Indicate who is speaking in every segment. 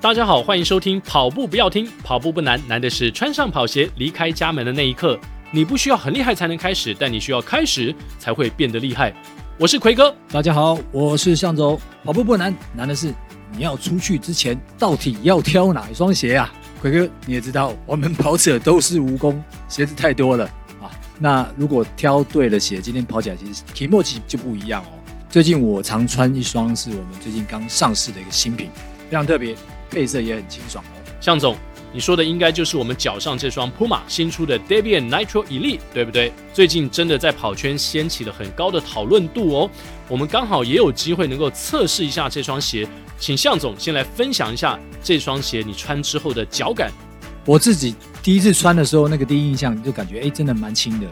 Speaker 1: 大家好，欢迎收听《跑步不要听》，跑步不难，难的是穿上跑鞋离开家门的那一刻。你不需要很厉害才能开始，但你需要开始才会变得厉害。我是奎哥，
Speaker 2: 大家好，我是向总。跑步不难，难的是你要出去之前到底要挑哪一双鞋啊？奎哥，你也知道，我们跑者都是蜈蚣，鞋子太多了啊。那如果挑对了鞋，今天跑起来其实题目其实就不一样哦。最近我常穿一双是我们最近刚上市的一个新品，非常特别，配色也很清爽哦。
Speaker 1: 向总，你说的应该就是我们脚上这双 Puma 新出的 Debian Nitro Elite，对不对？最近真的在跑圈掀起了很高的讨论度哦。我们刚好也有机会能够测试一下这双鞋，请向总先来分享一下这双鞋你穿之后的脚感。
Speaker 2: 我自己第一次穿的时候，那个第一印象就感觉，哎、真的蛮轻的，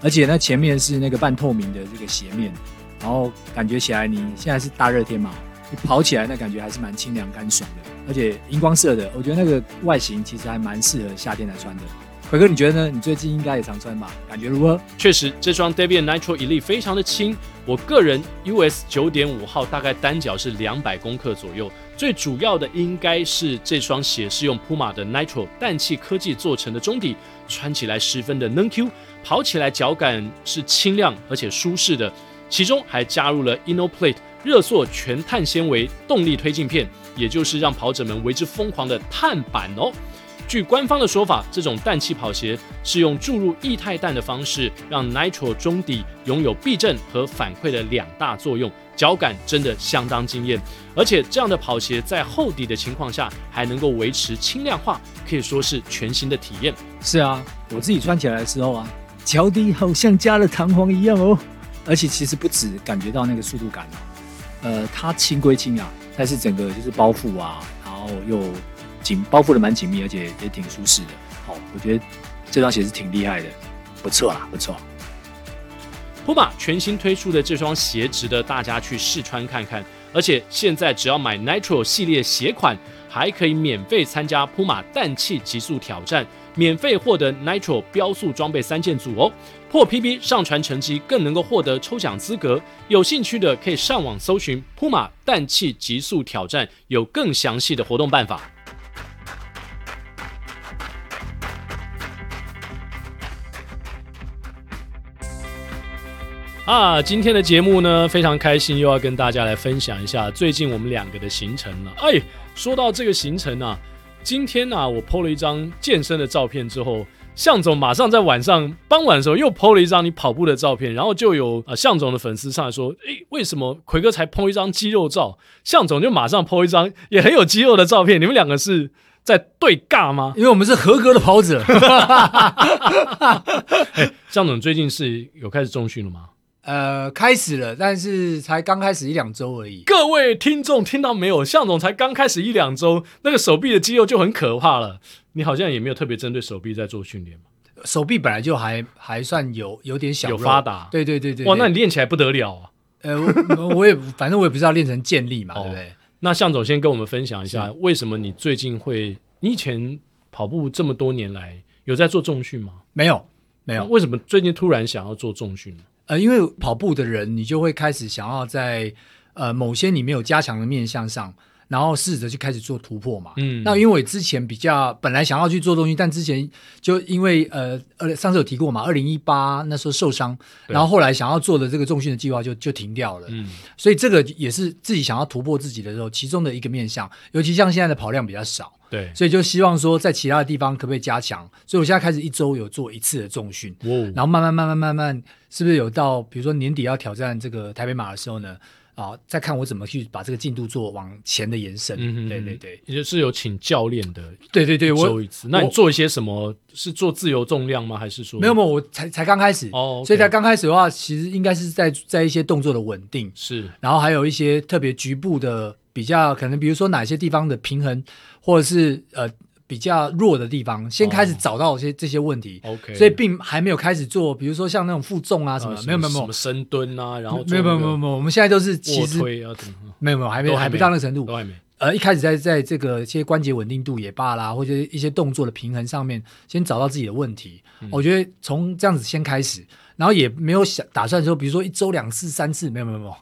Speaker 2: 而且呢，前面是那个半透明的这个鞋面，然后感觉起来你现在是大热天嘛，你跑起来那感觉还是蛮清凉干爽的，而且荧光色的，我觉得那个外形其实还蛮适合夏天来穿的。奎哥，你觉得呢？你最近应该也常穿吧？感觉如何？
Speaker 1: 确实，这双 Debian Nitro Elite 非常的轻，我个人 US 九点五号大概单脚是两百公克左右。最主要的应该是这双鞋是用 Puma 的 Nitro 氮气科技做成的中底，穿起来十分的能 Q，跑起来脚感是轻量而且舒适的。其中还加入了 InnoPlate 热塑全碳纤维动力推进片，也就是让跑者们为之疯狂的碳板哦。据官方的说法，这种氮气跑鞋是用注入液态氮的方式，让 Nitro 中底拥有避震和反馈的两大作用，脚感真的相当惊艳。而且这样的跑鞋在厚底的情况下，还能够维持轻量化，可以说是全新的体验。
Speaker 2: 是啊，我自己穿起来的时候啊，脚底好像加了弹簧一样哦。而且其实不止感觉到那个速度感哦，呃，它轻归轻啊，但是整个就是包覆啊，然后又紧包覆的蛮紧密，而且也挺舒适的。好、我觉得这双鞋是挺厉害的，不错啦，不错。
Speaker 1: Puma 全新推出的这双鞋值得大家去试穿看看，而且现在只要买 Nitro 系列鞋款，还可以免费参加 Puma 氮气极速挑战，免费获得 Nitro 标速装备三件组哦。破 PB 上传成绩更能够获得抽奖资格，有兴趣的可以上网搜寻 Puma 氮气极速挑战，有更详细的活动办法。啊，今天的节目呢，非常开心，又要跟大家来分享一下最近我们两个的行程了。哎，说到这个行程啊，今天啊，我 PO 了一张健身的照片之后，向总马上在晚上傍晚的时候又 PO 了一张你跑步的照片，然后就有呃向总的粉丝上来说，诶，为什么奎哥才 PO 一张肌肉照，向总就马上 PO 一张也很有肌肉的照片？你们两个是在对尬吗？
Speaker 2: 因为我们是合格的跑者，
Speaker 1: 向总最近是有开始重训了吗？
Speaker 3: 呃，开始了，但是才刚开始一两周而已。
Speaker 1: 各位听众听到没有？向总才刚开始一两周，那个手臂的肌肉就很可怕了。你好像也没有特别针对手臂在做训练嘛？
Speaker 3: 手臂本来就还还算有有点小
Speaker 1: 有
Speaker 3: 肉
Speaker 1: 发达
Speaker 3: 对对对对。
Speaker 1: 哇，
Speaker 3: 对
Speaker 1: 那你练起来不得了啊！
Speaker 3: 呃，我我也反正我也不知道练成健力嘛，
Speaker 1: 哦
Speaker 3: 对不对？
Speaker 1: 那向总先跟我们分享一下，为什么你最近会？你以前跑步这么多年来，有在做重训吗？
Speaker 3: 没有没有，
Speaker 1: 为什么最近突然想要做重训呢？
Speaker 3: 呃，因为跑步的人，你就会开始想要在呃某些你没有加强的面向上，然后试着去开始做突破嘛。
Speaker 1: 嗯
Speaker 3: 那因为我之前比较本来想要去做东西，但之前就因为呃呃上次有提过嘛，二零一八那时候受伤，
Speaker 1: 对
Speaker 3: 然后后来想要做的这个重训的计划就就停掉了。
Speaker 1: 嗯，
Speaker 3: 所以这个也是自己想要突破自己的时候，其中的一个面向，尤其像现在的跑量比较少，
Speaker 1: 对，
Speaker 3: 所以就希望说在其他的地方可不可以加强。所以我现在开始一周有做一次的重训，
Speaker 1: 哇，
Speaker 3: 然后慢慢慢慢慢慢，是不是有到比如说年底要挑战这个台北马的时候呢？啊，再看我怎么去把这个进度做往前的延伸。
Speaker 1: 嗯哼
Speaker 3: 对对对
Speaker 1: 也就是有请教练的
Speaker 3: 对对对，
Speaker 1: 周
Speaker 3: 我
Speaker 1: 一次。那你
Speaker 3: 我
Speaker 1: 做一些什么？是做自由重量吗？还是说
Speaker 3: 没有没有，我才才刚开始，
Speaker 1: 哦，OK
Speaker 3: 所以才刚开始的话，其实应该是在在一些动作的稳定，
Speaker 1: 是
Speaker 3: 然后还有一些特别局部的比较，可能比如说哪些地方的平衡，或者是呃比较弱的地方，先开始找到这些、这些问题。
Speaker 1: OK，
Speaker 3: 所以并还没有开始做，比如说像那种负重啊什么，
Speaker 1: 呃
Speaker 3: 没有没有没
Speaker 1: 什
Speaker 3: 有
Speaker 1: 么深蹲啊，然后
Speaker 3: 没有没有没有没有，我们现在都是
Speaker 1: 做
Speaker 3: 其
Speaker 1: 那个
Speaker 3: 实
Speaker 1: 卧推啊，怎么
Speaker 3: 没有没有还没
Speaker 1: 都
Speaker 3: 有
Speaker 1: 还没
Speaker 3: 还不到那个程度
Speaker 1: 都，还没
Speaker 3: 呃一开始在在这个一些关节稳定度也罢啦，或者一些动作的平衡上面，先找到自己的问题。我觉得从这样子先开始，然后也没有想打算说，比如说一周两次、三次，没有没有没 有，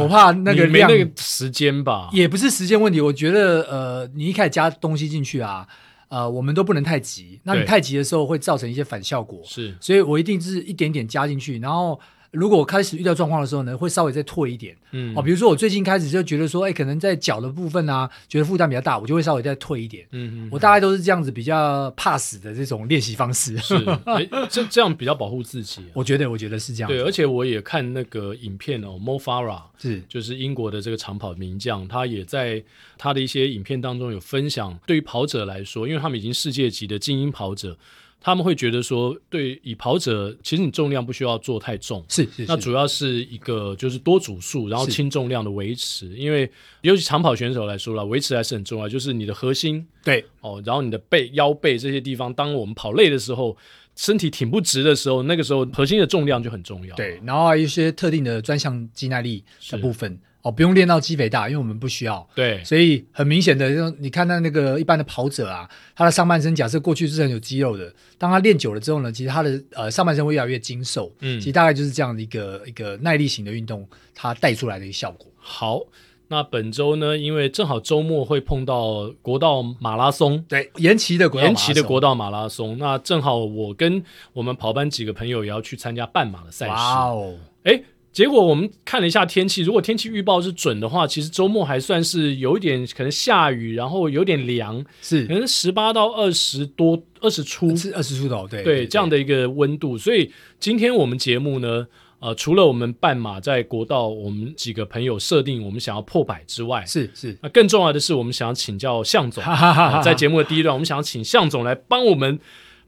Speaker 3: 我怕那个
Speaker 1: 你没
Speaker 3: 量
Speaker 1: 那个时间吧？
Speaker 3: 也不是时间问题，我觉得呃，你一开始加东西进去啊，呃，我们都不能太急。那你
Speaker 1: 对
Speaker 3: 太急的时候会造成一些反效果，
Speaker 1: 是
Speaker 3: 所以我一定是一点点加进去。然后如果我开始遇到状况的时候呢，会稍微再退一点。
Speaker 1: 嗯
Speaker 3: 哦，比如说我最近开始就觉得说，哎，可能在脚的部分啊，觉得负担比较大，我就会稍微再退一点。
Speaker 1: 嗯嗯
Speaker 3: 我大概都是这样子比较怕死的这种练习方式。
Speaker 1: 是，诶这这样比较保护自己啊、
Speaker 3: 我觉得，我觉得是这样
Speaker 1: 对，
Speaker 3: 子。
Speaker 1: 而且我也看那个影片哦，Mo Farah
Speaker 3: 是
Speaker 1: 就是英国的这个长跑名将，他也在他的一些影片当中有分享，对于跑者来说，因为他们已经世界级的精英跑者，他们会觉得说，对以跑者，其实你重量不需要做太重，
Speaker 3: 是是，
Speaker 1: 那
Speaker 3: 是
Speaker 1: 主要是一个就是多组数，然后
Speaker 3: 是
Speaker 1: 轻重量的维持，因为尤其长跑选手来说啦，维持还是很重要，就是你的核心
Speaker 3: 对
Speaker 1: 哦，然后你的背、腰背这些地方，当我们跑累的时候，身体挺不直的时候，那个时候核心的重量就很重要。
Speaker 3: 对，然后还有一些特定的专项肌耐力
Speaker 1: 哦是
Speaker 3: 的部分哦，不用练到肌肥大，因为我们不需要。
Speaker 1: 对，
Speaker 3: 所以很明显的，就你看到那个一般的跑者啊，他的上半身假设过去是很有肌肉的，当他练久了之后呢，其实他的呃上半身会越来越精瘦。
Speaker 1: 嗯
Speaker 3: 其实大概就是这样的一个一个耐力型的运动，它带出来的一个效果。
Speaker 1: 好。那本周呢，因为正好周末会碰到国道马拉松，
Speaker 3: 对，延期的国道马
Speaker 1: 延
Speaker 3: 拉松
Speaker 1: 期的国道马拉松，那正好我跟我们跑班几个朋友也要去参加半马的赛事。
Speaker 3: 哇哦，
Speaker 1: 哎，结果我们看了一下天气，如果天气预报是准的话，其实周末还算是有一点可能下雨，然后有点凉，可
Speaker 3: 是
Speaker 1: 能十八到二十多、二十出，
Speaker 3: 是二十出头，对
Speaker 1: 嗯对这样
Speaker 3: 的
Speaker 1: 的一个温度。所以今天我们节目呢，呃，除了我们半马在国道，我们几个朋友设定我们想要破百之外，
Speaker 3: 是 是，
Speaker 1: 那更重要的是，我们想要请教向总。
Speaker 3: 哈哈哈
Speaker 1: 啊
Speaker 3: 哈，
Speaker 1: 在节目的第一段，我们想要请向总来帮我们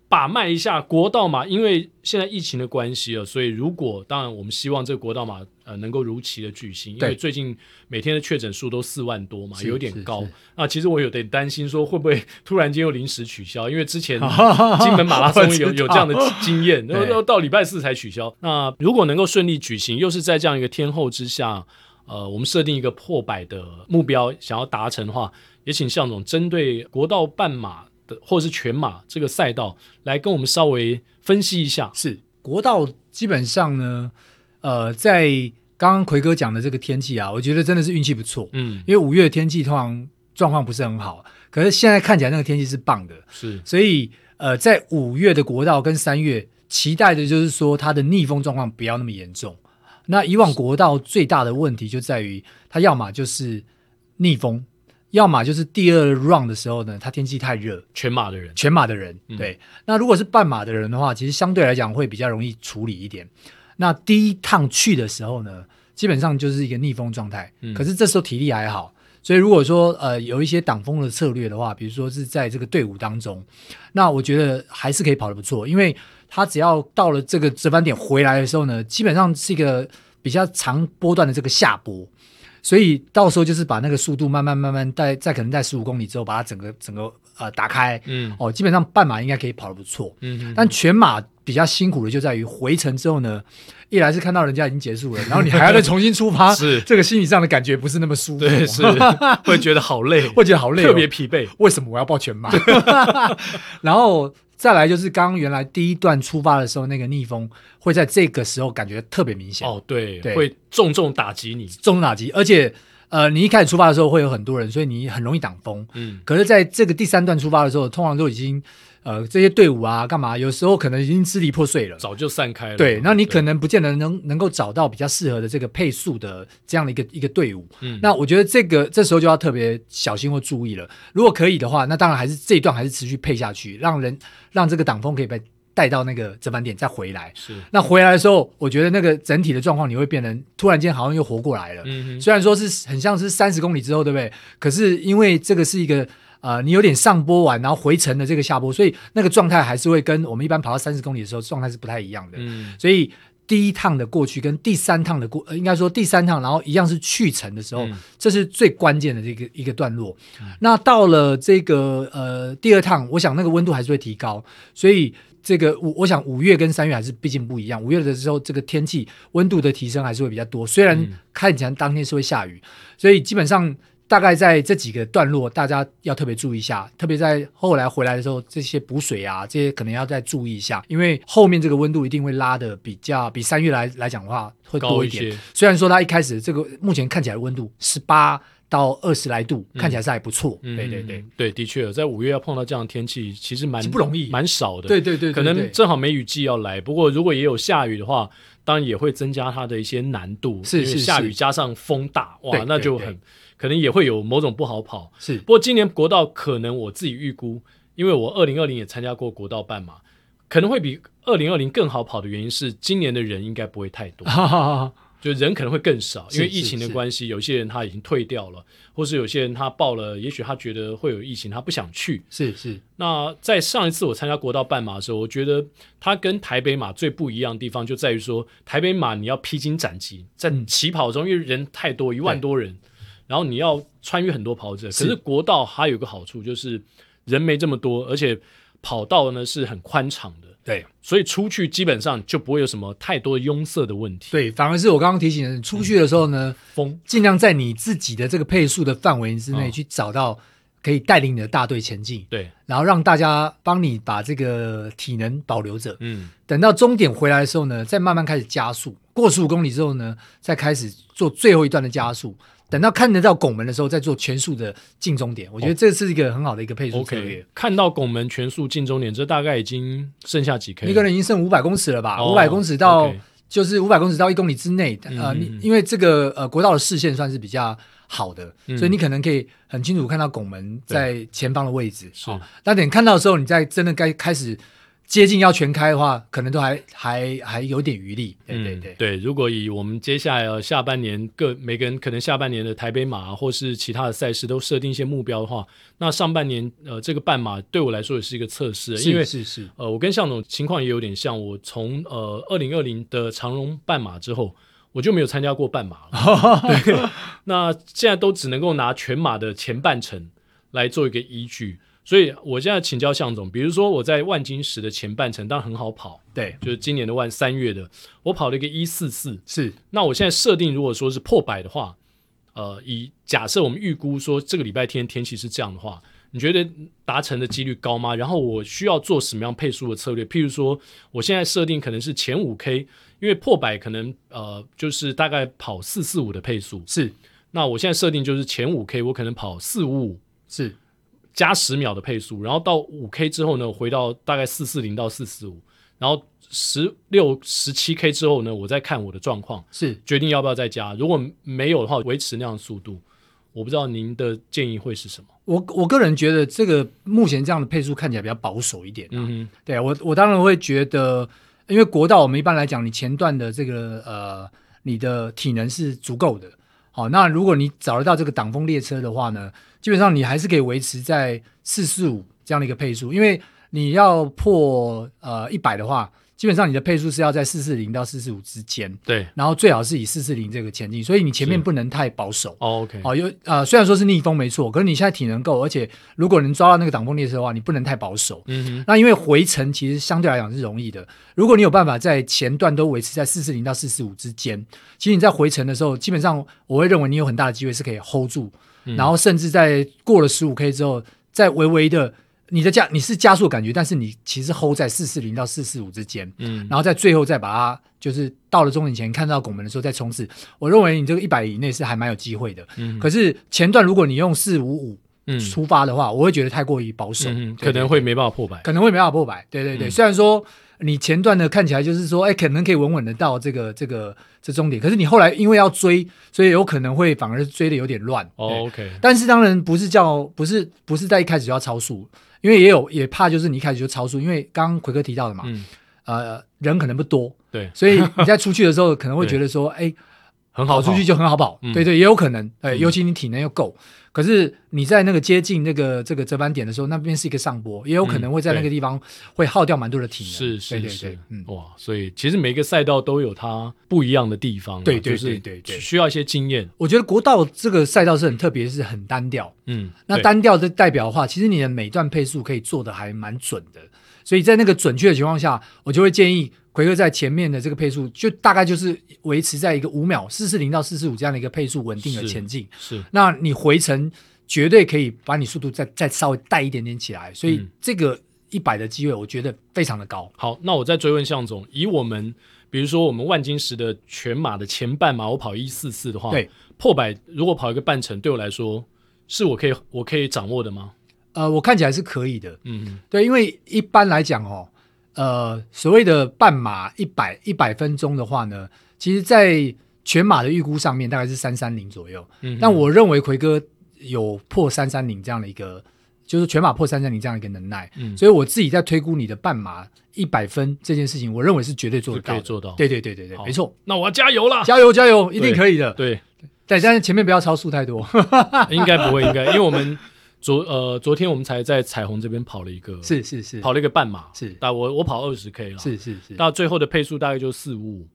Speaker 1: 把脉一下国道马，因为现在疫情的关系啊，所以如果当然我们希望这个国道马呃能够如期的举行，因为
Speaker 3: 对
Speaker 1: 最近每天的确诊数都四万多嘛，
Speaker 3: 是
Speaker 1: 有点高
Speaker 3: 是是。
Speaker 1: 那其实我有点担心说会不会突然间又临时取消，因为之 前
Speaker 3: 哈哈哈
Speaker 1: 金门马拉松有
Speaker 3: 我知道
Speaker 1: 有这样的经验，然后
Speaker 3: 对
Speaker 1: 到到礼拜四才取消。那如果能够顺利举行，又是在这样一个天候之下，呃，我们设定一个破百的目标，想要达成的话，也请向总针对国道半马的或是全马这个赛道来跟我们稍微分析一下。
Speaker 3: 是国道基本上呢，呃，在刚刚奎哥讲的这个天气啊，我觉得真的是运气不错，
Speaker 1: 嗯，
Speaker 3: 因为五月的天气通常状况不是很好，可是现在看起来那个天气是棒的，
Speaker 1: 是
Speaker 3: 所以呃，在五月的国道跟三月，期待的就是说它的逆风状况不要那么严重。那以往国道最大的问题就在于，它要么就是逆风，要么就是第二 round 的时候呢，它天气太热，
Speaker 1: 全马的人，
Speaker 3: 全马的人
Speaker 1: 嗯，
Speaker 3: 对。那如果是半马的人的话，其实相对来讲会比较容易处理一点。那第一趟去的时候呢，基本上就是一个逆风状态
Speaker 1: 嗯，
Speaker 3: 可是这时候体力还好。所以如果说呃有一些挡风的策略的话，比如说是在这个队伍当中，那我觉得还是可以跑得不错，因为他只要到了这个折返点回来的时候呢，基本上是一个比较长波段的这个下坡，所以到时候就是把那个速度慢慢慢慢在在可能在十五公里之后把它整个整个呃打开，
Speaker 1: 嗯
Speaker 3: 哦，基本上半马应该可以跑得不错，
Speaker 1: 嗯，
Speaker 3: 但全马比较辛苦的就在于回程之后呢，一来是看到人家已经 结束了，然后你还要再重新出发，
Speaker 1: 是
Speaker 3: 这个心理上的感觉不是那么舒服，
Speaker 1: 对 是会觉得好累，
Speaker 3: 会觉得好累、哦，
Speaker 1: 特别疲惫。
Speaker 3: 为什么我要报全马？ 然后再来就是刚刚原来第一段出发的时候，那个逆风会在这个时候感觉特别明显，
Speaker 1: 哦，对，
Speaker 3: 对
Speaker 1: 会重重打击你。
Speaker 3: 重打击，而且呃，你一开始出发的时候会有很多人，所以你很容易挡风。
Speaker 1: 嗯，
Speaker 3: 可是在这个第三段出发的时候，通常都已经呃这些队伍啊干嘛，有时候可能已经支离破碎了。
Speaker 1: 早就散开了。
Speaker 3: 对，那你可能不见得能能够找到比较适合的这个配速的这样的一个一个队伍。
Speaker 1: 嗯
Speaker 3: 那我觉得这个这时候就要特别小心或注意了。如果可以的话，那当然还是这一段还是持续配下去，让人让这个挡风可以被带到那个折返点再回来。
Speaker 1: 是，
Speaker 3: 那回来的时候，我觉得那个整体的状况你会变成突然间好像又活过来了。
Speaker 1: 嗯哼，
Speaker 3: 虽然说是很像是三十公里之后，对不对？可是因为这个是一个呃，你有点上波完，然后回程的这个下波，所以那个状态还是会跟我们一般跑到三十公里的时候状态是不太一样的。
Speaker 1: 嗯
Speaker 3: 所以第一趟的过去跟第三趟的过，呃应该说第三趟，然后一样是去程的时候，
Speaker 1: 嗯
Speaker 3: 这是最关键的这个一个段落。那到了这个呃第二趟，我想那个温度还是会提高，所以。这个我我想五月跟三月还是毕竟不一样，五月的时候这个天气温度的提升还是会比较多，虽然
Speaker 1: 嗯
Speaker 3: 看起来当天是会下雨，所以基本上大概在这几个段落，大家要特别注意一下，特别在后来回来的时候，这些补水啊，这些可能要再注意一下，因为后面这个温度一定会拉的比较比三月来来讲的话会
Speaker 1: 高
Speaker 3: 多
Speaker 1: 一
Speaker 3: 一点。
Speaker 1: 些
Speaker 3: 虽然说它一开始这个目前看起来温度十八到二十来度，看起来是还不错。
Speaker 1: 嗯
Speaker 3: 对对对。
Speaker 1: 对，的确，在五月要碰到这样的天气，其实蛮
Speaker 3: 其实不容易
Speaker 1: 蛮少的。
Speaker 3: 对对对对
Speaker 1: 可
Speaker 3: 对
Speaker 1: 能正好梅雨季要来，不过如果也有下雨的话，当然也会增加它的一些难度。
Speaker 3: 是
Speaker 1: 因为
Speaker 3: 是
Speaker 1: 下
Speaker 3: 是
Speaker 1: 雨加上风大，哇
Speaker 3: 对，
Speaker 1: 那
Speaker 3: 对
Speaker 1: 就
Speaker 3: 对
Speaker 1: 很可能也会有某种不好跑。
Speaker 3: 是
Speaker 1: 不过今年国道可能我自己预估，因为我二零二零也参加过国道半马，可能会比二零二零更好跑的原因是今年的人应该不会太多。
Speaker 3: 哈哈哈，
Speaker 1: 就人可能会更少，因为
Speaker 3: 是
Speaker 1: 疫情的
Speaker 3: 是
Speaker 1: 关系，有些人他已经退掉了，或是有些人他报了，也许他觉得会有疫情，他不想去。
Speaker 3: 是是
Speaker 1: 那在上一次我参加国道半马的时候，我觉得它跟台北马最不一样的地方就在于说，台北马你要披荆斩棘，在
Speaker 3: 嗯
Speaker 1: 起跑中因为人太多，一万多人，然后你要穿越很多跑者。可是国道还有一个好处就是人没这么多，而且跑道呢是很宽敞的，
Speaker 3: 对
Speaker 1: 所以出去基本上就不会有什么太多拥塞的问题。
Speaker 3: 对，反而是我刚刚提醒的，你出去的时候呢，
Speaker 1: 风
Speaker 3: 尽量在你自己的这个配速的范围之内
Speaker 1: 嗯
Speaker 3: 去找到可以带领你的大队前进，
Speaker 1: 对，
Speaker 3: 然后让大家帮你把这个体能保留着。
Speaker 1: 嗯，
Speaker 3: 等到终点回来的时候呢，再慢慢开始加速。过十五公里之后呢，再开始做最后一段的加速。等到看得到拱门的时候，再做全速的进终点。我觉得这是一个很好的一个配速策略
Speaker 1: OK，。看到拱门全速进终点，这大概已经剩下几 K 了。
Speaker 3: 一个人已经剩五百公尺了吧？
Speaker 1: 哦
Speaker 3: 五百、公尺到
Speaker 1: OK
Speaker 3: 就是五百公尺到一公里之内，呃，
Speaker 1: 嗯嗯
Speaker 3: 你
Speaker 1: 嗯
Speaker 3: 因为这个呃国道的视线算是比较好的，
Speaker 1: 嗯
Speaker 3: 所以你可能可以很清楚看到拱门在前方的位置。
Speaker 1: 是
Speaker 3: 哦那等你看到的时候，你再真的该开始接近要全开的话，可能都还还还有点余力。对对
Speaker 1: 嗯
Speaker 3: 对，
Speaker 1: 对，如果以我们接下来呃下半年各每个人可能下半年的台北马或是其他的赛事都设定一些目标的话，那上半年呃这个半马对我来说也是一个测试，
Speaker 3: 是
Speaker 1: 因为
Speaker 3: 是 是，
Speaker 1: 呃我跟向总情况也有点像，我从呃二零二零的长荣半马之后。我就没有参加过半马了，对，那现在都只能够拿全马的前半程来做一个依据，所以我现在请教向总，比如说我在万金石的前半程当然很好跑，
Speaker 3: 对
Speaker 1: 就是今年的万三月的，我跑了一个一四四。
Speaker 3: 是
Speaker 1: 那我现在设定，如果说是破百的话，呃，以假设我们预估说这个礼拜天天气是这样的话，你觉得达成的几率高吗？然后我需要做什么样配速的策略？譬如说，我现在设定可能是前五 K，因为破百可能呃就是大概跑四四五的配速。
Speaker 3: 是
Speaker 1: 那我现在设定就是前五 K，我可能跑四五五
Speaker 3: 是
Speaker 1: 加十秒的配速，然后到五 K 之后呢，回到大概四四零到四四五，然后十六十七 K 之后呢，我再看我的状况，
Speaker 3: 是，
Speaker 1: 决定要不要再加。如果没有的话，维持那样的速度，我不知道您的建议会是什么。
Speaker 3: 我我个人觉得这个目前这样的配速看起来比较保守一点啊。
Speaker 1: 嗯
Speaker 3: 对啊我我当然会觉得，因为国道我们一般来讲，你前段的这个呃，你的体能是足够的。好，那如果你找得到这个挡风列车的话呢，基本上你还是可以维持在四四五这样的一个配速，因为你要破呃一百的话，基本上你的配速是要在四四零到四四五之间，
Speaker 1: 对
Speaker 3: 然后最好是以四四零这个前进，所以你前面
Speaker 1: 是
Speaker 3: 不能太保守。
Speaker 1: 哦，OK，
Speaker 3: 哦，有呃，虽然说是逆风没错，可是你现在体能够，而且如果能抓到那个挡风列车的话，你不能太保守。
Speaker 1: 嗯
Speaker 3: 那因为回程其实相对来讲是容易的，如果你有办法在前段都维持在四四零到四四五之间，其实你在回程的时候，基本上我会认为你有很大的机会是可以 hold 住，
Speaker 1: 嗯
Speaker 3: 然后甚至在过了十五 K 之后，再微微的你的加你是加速的感觉，但是你其实 hold 在四四零到四四五之间，
Speaker 1: 嗯，
Speaker 3: 然后在最后再把它就是到了终点前看到拱门的时候再冲刺，我认为你这个一百以内是还蛮有机会的。
Speaker 1: 嗯
Speaker 3: 可是前段如果你用四五
Speaker 1: 嗯
Speaker 3: 五出发的话，我会觉得太过于保守，
Speaker 1: 嗯，
Speaker 3: 对
Speaker 1: 可能会没办法破百。
Speaker 3: 可能会没办法破百。对对
Speaker 1: 嗯
Speaker 3: 对，虽然说你前段的看起来就是说，哎，可能可以稳稳的到这个这个这终点，可是你后来因为要追，所以有可能会反而追的有点乱。对
Speaker 1: 哦，OK，
Speaker 3: 但是当然不是叫不是不是在一开始就要超速，因为也有也怕就是你一开始就超速，因为刚刚奎哥提到的嘛，
Speaker 1: 嗯，
Speaker 3: 呃，人可能不多，
Speaker 1: 对，
Speaker 3: 所以你在出去的时候可能会觉得说，哎，
Speaker 1: 很
Speaker 3: 跑
Speaker 1: 好
Speaker 3: 出去就很好跑，
Speaker 1: 嗯
Speaker 3: 对对，也有可能，哎，
Speaker 1: 嗯
Speaker 3: 尤其你体能又够。可是你在那个接近那个这个折返点的时候，那边是一个上坡，也有可能会在那个地方会耗掉蛮多的体
Speaker 1: 嗯
Speaker 3: 能。
Speaker 1: 是是
Speaker 3: 对对
Speaker 1: 是
Speaker 3: 对，嗯，
Speaker 1: 哇，所以其实每个赛道都有它不一样的地方啊，
Speaker 3: 对对
Speaker 1: 就是
Speaker 3: 对对对
Speaker 1: 需要一些经验。
Speaker 3: 我觉得国道这个赛道是很特别，是很单调。
Speaker 1: 嗯，
Speaker 3: 那
Speaker 1: 对
Speaker 3: 单调的代表的话，其实你的每段配速可以做的还蛮准的，所以在那个准确的情况下，我就会建议奎哥在前面的这个配速，就大概就是维持在一个五秒四四零到四四五这样的一个配速稳定的
Speaker 1: 是
Speaker 3: 前进。
Speaker 1: 是
Speaker 3: 那你回程绝对可以把你速度再再稍微带一点点起来，所以
Speaker 1: 嗯
Speaker 3: 这个一百的机会，我觉得非常的高。
Speaker 1: 好，那我再追问向总，以我们比如说我们万金石的全马的前半马，我跑一四四的话，
Speaker 3: 对，
Speaker 1: 破百如果跑一个半程，对我来说是我可以我可以掌握的吗？
Speaker 3: 呃，我看起来是可以的，
Speaker 1: 嗯，
Speaker 3: 对，因为一般来讲哦，呃，所谓的半马一百一百分钟的话呢，其实在全马的预估上面大概是三三零左右，
Speaker 1: 嗯
Speaker 3: 但我认为奎哥有破三三零这样的一个，就是全马破三三零这样一个能耐，
Speaker 1: 嗯
Speaker 3: 所以我自己在推估你的半马一百分这件事情，我认为是绝对做得
Speaker 1: 是
Speaker 3: 到
Speaker 1: 可
Speaker 3: 的，
Speaker 1: 以做到
Speaker 3: 对对对对对，
Speaker 1: 好
Speaker 3: 没错，
Speaker 1: 那我要加油啦！
Speaker 3: 加油加油，一定可以的。
Speaker 1: 对，
Speaker 3: 对，但是前面不要超速太多。
Speaker 1: 应该不会，应该，因为我们昨呃昨天我们才在彩虹这边跑了一个，
Speaker 3: 是是是，
Speaker 1: 跑了一个半马，
Speaker 3: 是
Speaker 1: 但我我跑二十 K 了，
Speaker 3: 是是是，
Speaker 1: 到最后的配速大概就四五五，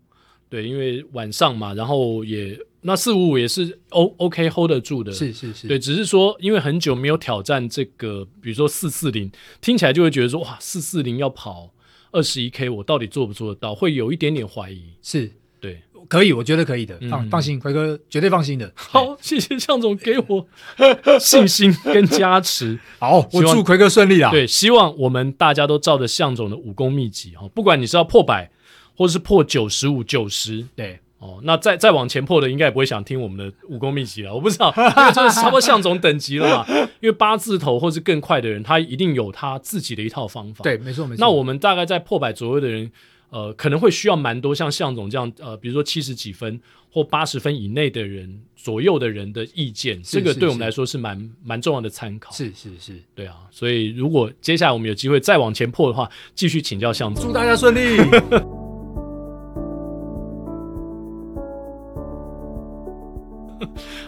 Speaker 1: 对，因为晚上嘛，然后也那四五五也是 O OK hold 得住的，
Speaker 3: 是是是，
Speaker 1: 对，只是说因为很久没有挑战这个，比如说四四零，听起来就会觉得说哇，四四零要跑二十一 K，我到底做不做得到？会有一点点怀疑。
Speaker 3: 是
Speaker 1: 对，
Speaker 3: 可以，我觉得可以的，
Speaker 1: 嗯
Speaker 3: 放放心，奎哥绝对放心的。
Speaker 1: 好，谢谢向总给我信心跟加 持。
Speaker 3: 好，我
Speaker 1: 希望
Speaker 3: 祝奎哥顺利啦。
Speaker 1: 对，希望我们大家都照着向总的武功秘籍哈、哦，不管你是要破百，或是破九十五、九十
Speaker 3: 对
Speaker 1: 哦，那再再往前破的，应该也不会想听我们的武功秘籍了。我不知道， 因为这是差不多向总等级 了嘛。因为八字头或是更快的人，他一定有他自己的一套方法。
Speaker 3: 对，，没错没错。
Speaker 1: 那我们大概在破百左右的人，呃，可能会需要蛮多像向总这样，呃，比如说七十几分或八十分以内的人左右的人的意见，
Speaker 3: 是
Speaker 1: 这个
Speaker 3: 是
Speaker 1: 对我们
Speaker 3: 是
Speaker 1: 来说是蛮蛮重要的参考。
Speaker 3: 是是是，
Speaker 1: 对啊，所以如果接下来我们有机会再往前破的话，继续请教向总。
Speaker 3: 祝大家顺利。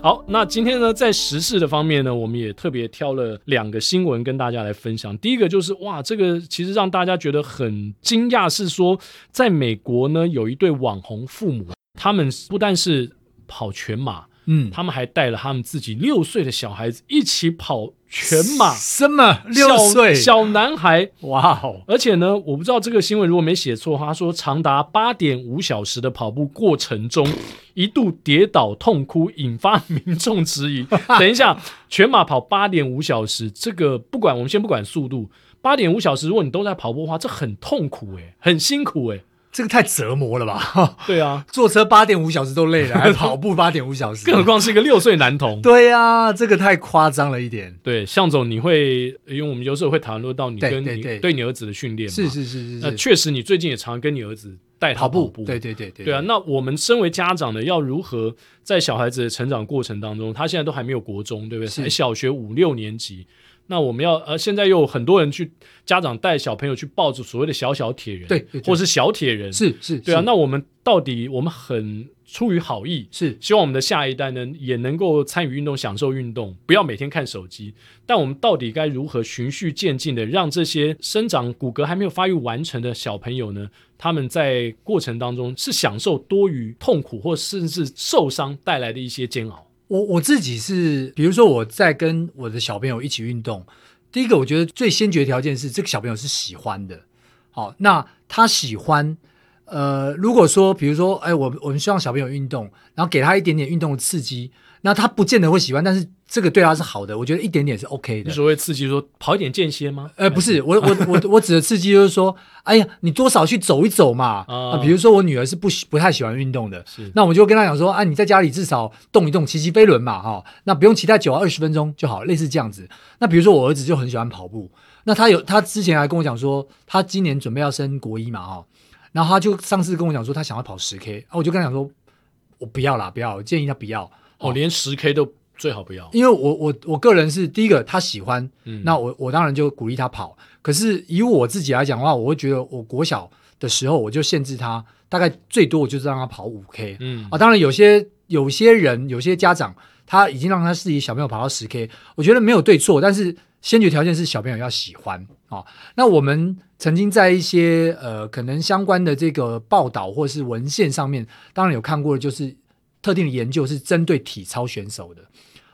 Speaker 1: 好，那今天呢，在时事的方面呢，我们也特别挑了两个新闻跟大家来分享。第一个就是哇，这个其实让大家觉得很惊讶，是说在美国呢，有一对网红父母，他们不但是跑全马，
Speaker 3: 嗯，。
Speaker 1: 他们还带了他们自己六岁的小孩子一起跑全马
Speaker 3: 什么六
Speaker 1: 小
Speaker 3: 岁？
Speaker 1: 小男孩
Speaker 3: 哇哦，
Speaker 1: 而且呢，我不知道这个新闻如果没写错，他说长达八点五小时的跑步过程中，一度跌倒痛哭，引发民众质疑。 等一下，全马跑八点五小时，这个不管我们先不管速度，八点五小时，如果你都在跑步的话，这很痛苦诶、欸很辛苦诶、
Speaker 3: 这个太折磨了吧？
Speaker 1: 对啊，
Speaker 3: 坐车八点五小时都累 了，还跑步八点五小时，
Speaker 1: 更何况是一个六岁男童。
Speaker 3: 对呀、这个太夸张了一点。
Speaker 1: 对，向总，你会因为我们有时候会谈论到你
Speaker 3: 对
Speaker 1: 跟你
Speaker 3: 对对
Speaker 1: 你儿子的训练嘛？
Speaker 3: 是。是是
Speaker 1: 那
Speaker 3: 是是，
Speaker 1: 确实，你最近也常跟你儿子带他
Speaker 3: 跑步，
Speaker 1: 步
Speaker 3: 对对对对
Speaker 1: 对啊，，那我们身为家长的，要如何在小孩子的成长过程当中，他现在都还没有国中，对不对？
Speaker 3: 是
Speaker 1: 才小学五六年级，那我们要呃，现在又有很多人去家长带小朋友去抱着所谓的小小铁人，
Speaker 3: 对对对
Speaker 1: 或是小铁人，
Speaker 3: 是是，
Speaker 1: 对啊。
Speaker 3: 是
Speaker 1: 那我们到底我们很出于好意，
Speaker 3: 是
Speaker 1: 希望我们的下一代呢也能够参与运动、享受运动，不要每天看手机。但我们到底该如何循序渐进的让这些生长骨骼还没有发育完成的小朋友呢？他们在过程当中是享受多于痛苦或甚至受伤带来的一些煎熬。
Speaker 3: 我我自己是，比如说我在跟我的小朋友一起运动，第一个我觉得最先决条件是这个小朋友是喜欢的。好，那他喜欢，呃，如果说比如说，哎，我们我们希望小朋友运动，然后给他一点点运动的刺激，那他不见得会喜欢，但是这个对他是好的，我觉得一点点是 OK
Speaker 1: 你
Speaker 3: 的。
Speaker 1: 所谓刺激说跑一点间歇吗？
Speaker 3: 呃，不是，我我我我指的刺激就是说，哎呀，你多少去走一走嘛。
Speaker 1: 哦
Speaker 3: 啊，比如说我女儿是不喜不太喜欢运动的，
Speaker 1: 是
Speaker 3: 那我就跟她讲说，啊，你在家里至少动一动，骑骑飞轮嘛，哈、那不用骑太久啊，二十分钟就好，类似这样子。那比如说我儿子就很喜欢跑步，那他有他之前还跟我讲说，他今年准备要升国一嘛，哈、然后他就上次跟我讲说，他想要跑十 K，啊，我就跟他讲说，我不要啦，不要，我建议他不要。
Speaker 1: 哦，连十 K 都最好不要。
Speaker 3: 因为我我我个人是第一个他喜欢，
Speaker 1: 嗯
Speaker 3: 那我我当然就鼓励他跑。可是以我自己来讲的话，我会觉得我国小的时候我就限制他，大概最多我就是让他跑五 K、
Speaker 1: 嗯
Speaker 3: 啊。当然有些有些人有些家长他已经让他自己小朋友跑到十 K，我觉得没有对错，但是先决条件是小朋友要喜欢啊。那我们曾经在一些呃可能相关的这个报道或是文献上面，当然有看过的就是特定的研究是针对体操选手的。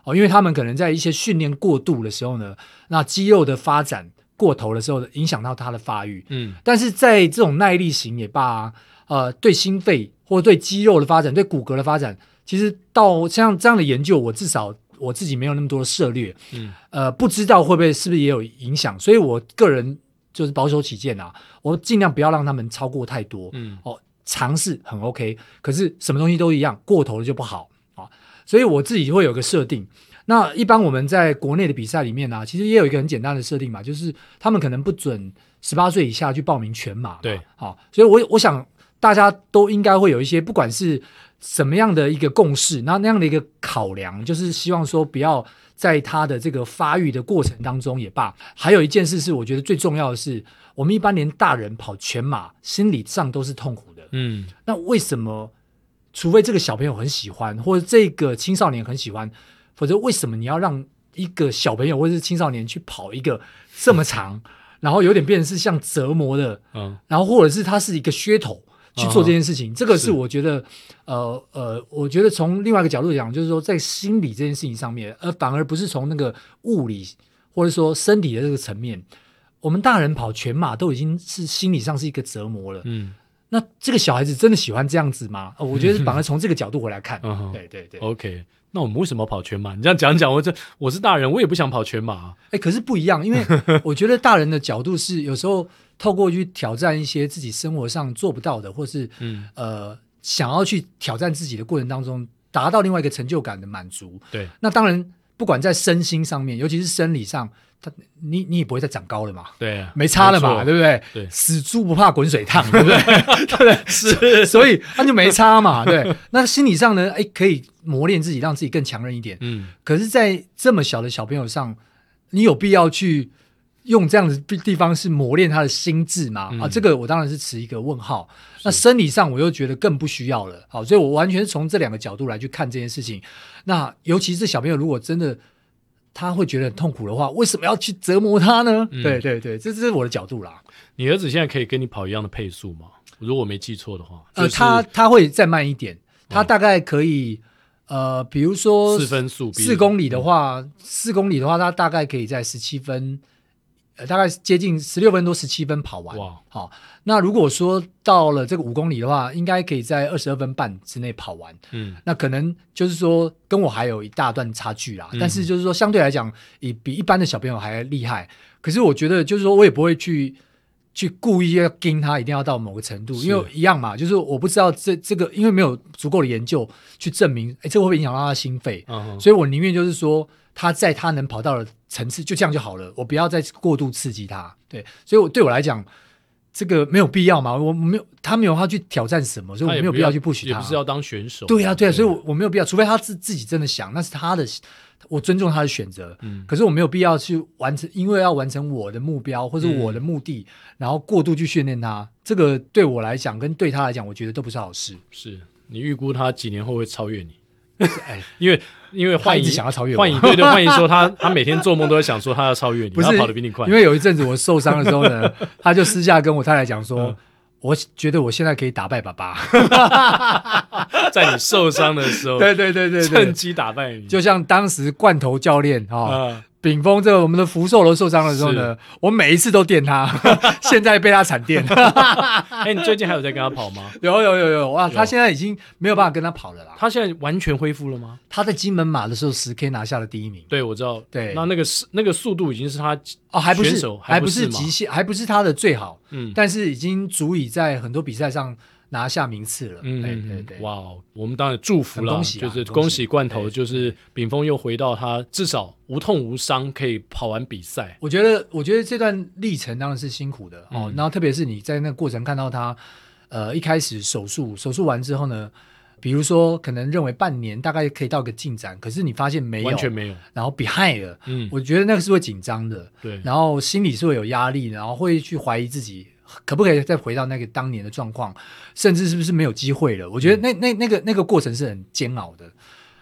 Speaker 3: 哦，因为他们可能在一些训练过度的时候呢，那肌肉的发展过头的时候，影响到它的发育。
Speaker 1: 嗯，
Speaker 3: 但是在这种耐力型也罢、啊，呃，对心肺或者对肌肉的发展、对骨骼的发展，其实到像这样的研究，我至少我自己没有那么多的涉略，
Speaker 1: 嗯，
Speaker 3: 呃，不知道会不会是不是也有影响，所以我个人就是保守起见啊，我尽量不要让他们超过太多，
Speaker 1: 嗯
Speaker 3: 哦，尝试很 OK，可是什么东西都一样，过头了就不好啊，所以我自己会有个设定。那一般我们在国内的比赛里面呢、啊，其实也有一个很简单的设定嘛，就是他们可能不准十八岁以下去报名全马嘛。
Speaker 1: 对，
Speaker 3: 好、所以我我想大家都应该会有一些，不管是什么样的一个共识，那那样的一个考量，就是希望说不要在他的这个发育的过程当中也罢。还有一件事是，我觉得最重要的是，我们一般连大人跑全马，心理上都是痛苦的。
Speaker 1: 嗯
Speaker 3: 那为什么？除非这个小朋友很喜欢，或者这个青少年很喜欢，否则为什么你要让一个小朋友或者是青少年去跑一个这么长，然后有点变成是像折磨的，
Speaker 1: 嗯
Speaker 3: 然后或者是它是一个噱头去做这件事情？这个
Speaker 1: 是
Speaker 3: 是我觉得，呃呃，我觉得从另外一个角度讲，就是说在心理这件事情上面，而反而不是从那个物理或者说身体的这个层面，我们大人跑全马都已经是心理上是一个折磨了。
Speaker 1: 嗯
Speaker 3: 那这个小孩子真的喜欢这样子吗？呃我觉得 反而从这个角度回来看，
Speaker 1: 嗯哼
Speaker 3: 对对对，哎、
Speaker 1: ，OK。那我们为什么要跑全马？你这样讲讲，我这我是大人，我也不想跑全马啊。
Speaker 3: 哎可是不一 样，因为我觉得大人的角度是有时候透过去挑战一些自己生活上做不到的，或是
Speaker 1: 嗯，
Speaker 3: 呃想要去挑战自己的过程当中，达到另外一个成就感的满足。
Speaker 1: 对，
Speaker 3: 那当然，不管在身心上面，尤其是生理上，他你你也不会再长高了嘛。
Speaker 1: 对，啊
Speaker 3: 没差了嘛，
Speaker 1: 错
Speaker 3: 对不对？
Speaker 1: 对
Speaker 3: 死猪不怕滚水烫，对不对？对不 对？是，所以那就没差嘛，对。那心理上呢，哎，可以磨练自己，让自己更强韧一点。
Speaker 1: 嗯，
Speaker 3: 可是，在这么小的小朋友上，你有必要去用这样的地方是磨练他的心智吗？
Speaker 1: 嗯
Speaker 3: 啊，这个我当然是持一个问号。那生理上，我又觉得更不需要了。好，所以我完全是从这两个角度来去看这件事情。那尤其是小朋友，如果真的他会觉得很痛苦的话，为什么要去折磨他呢？
Speaker 1: 嗯
Speaker 3: 对对对，这这是我的角度啦。
Speaker 1: 你儿子现在可以跟你跑一样的配速吗？如果我没记错的话，
Speaker 3: 呃，
Speaker 1: 就是
Speaker 3: 他他会再慢一点，他
Speaker 1: 哦
Speaker 3: 大概可以、呃，比如说
Speaker 1: 四分速比嗯
Speaker 3: 四公里的话，四公里的话，他大概可以在十七分，呃，大概接近十六分多十七分跑完。
Speaker 1: 哇，
Speaker 3: 好，那如果说到了这个五公里的话，应该可以在二十二分半之内跑完。
Speaker 1: 嗯
Speaker 3: 那可能就是说跟我还有一大段差距啦，
Speaker 1: 嗯
Speaker 3: 但是就是说相对来讲，也比一般的小朋友还厉害。可是我觉得就是说我也不会去去故意要跟他一定要到某个程度，
Speaker 1: 是
Speaker 3: 因为一样嘛，就是我不知道这这个，因为没有足够的研究去证明，哎，这会不会影响到他的心肺？
Speaker 1: 嗯哼，
Speaker 3: 所以我宁愿就是说，他在他能跑到的层次，就这样就好了，我不要再过度刺激他。对，所以我对我来讲，这个没有必要嘛，我没有他没有他去挑战什么，所以我
Speaker 1: 也
Speaker 3: 没有
Speaker 1: 不
Speaker 3: 必要去 push
Speaker 1: 也
Speaker 3: 他。
Speaker 1: 不是要当选手。
Speaker 3: 对呀、对呀、所以我我没有必要，除非他自自己真的想，那是他的，我尊重他的选择。
Speaker 1: 嗯
Speaker 3: 可是我没有必要去完成，因为要完成我的目标或者
Speaker 1: 嗯
Speaker 3: 我的目的，然后过度去训练他，这个对我来讲跟对他来讲，我觉得都不是好事。
Speaker 1: 是你预估他几年后会超越你？
Speaker 3: 哎，
Speaker 1: 因为因为
Speaker 3: 他
Speaker 1: 幻
Speaker 3: 一
Speaker 1: 影
Speaker 3: 直想要超越我
Speaker 1: 幻影对对幻影说他 他每天做梦都在想说他要超越你，
Speaker 3: 不是
Speaker 1: 他跑得比你快
Speaker 3: 因。为有一阵子我受伤的时候 呢，他就私下跟我太太讲说，我觉得我现在可以打败爸爸。
Speaker 1: 在你受伤的时候，
Speaker 3: 对对对对
Speaker 1: 趁
Speaker 3: 对，
Speaker 1: 机打败你。
Speaker 3: 就像当时罐头教练哈。哦
Speaker 1: 啊，
Speaker 3: 炳峰这个我们的福寿楼受伤的时候呢，我每一次都电他， 现在被他惨电。
Speaker 1: 哎，你最近还有在跟他跑吗？
Speaker 3: 有有有有哇！他现在已经没有办法跟他跑了啦。
Speaker 1: 嗯他现在完全恢复了吗？
Speaker 3: 他在金门马的时候，十 K 拿下了第一名。
Speaker 1: 对，我知道。
Speaker 3: 对
Speaker 1: 那那个是那个速度已经是他
Speaker 3: 哦，还不
Speaker 1: 选
Speaker 3: 是
Speaker 1: 手，
Speaker 3: 还不
Speaker 1: 是
Speaker 3: 是
Speaker 1: 吗
Speaker 3: 极限，还不是他的最好，
Speaker 1: 嗯
Speaker 3: 但是已经足以在很多比赛上拿下名次了。对对对，
Speaker 1: 嗯哇哦，我们当然祝福了，
Speaker 3: 很恭喜啊
Speaker 1: 就是
Speaker 3: 很
Speaker 1: 恭
Speaker 3: 恭喜
Speaker 1: 喜罐头，
Speaker 3: 对
Speaker 1: 就是炳峰又回到他至少无痛无伤可以跑完比赛。
Speaker 3: 我觉得，我觉得这段历程当然是辛苦的哦。
Speaker 1: 嗯
Speaker 3: 然后特别是你在那个过程看到他，呃，一开始手术，手术完之后呢，比如说可能认为半年大概可以到个进展，可是你发现没有，
Speaker 1: 完全没有，
Speaker 3: 然后 behind 了，
Speaker 1: 嗯，
Speaker 3: 我觉得那个是会紧张的。
Speaker 1: 对，
Speaker 3: 然后心里是会有压力，然后会去怀疑自己可不可以再回到那个当年的状况，甚至是不是没有机会了。我觉得那那那个那个过程是很煎熬的。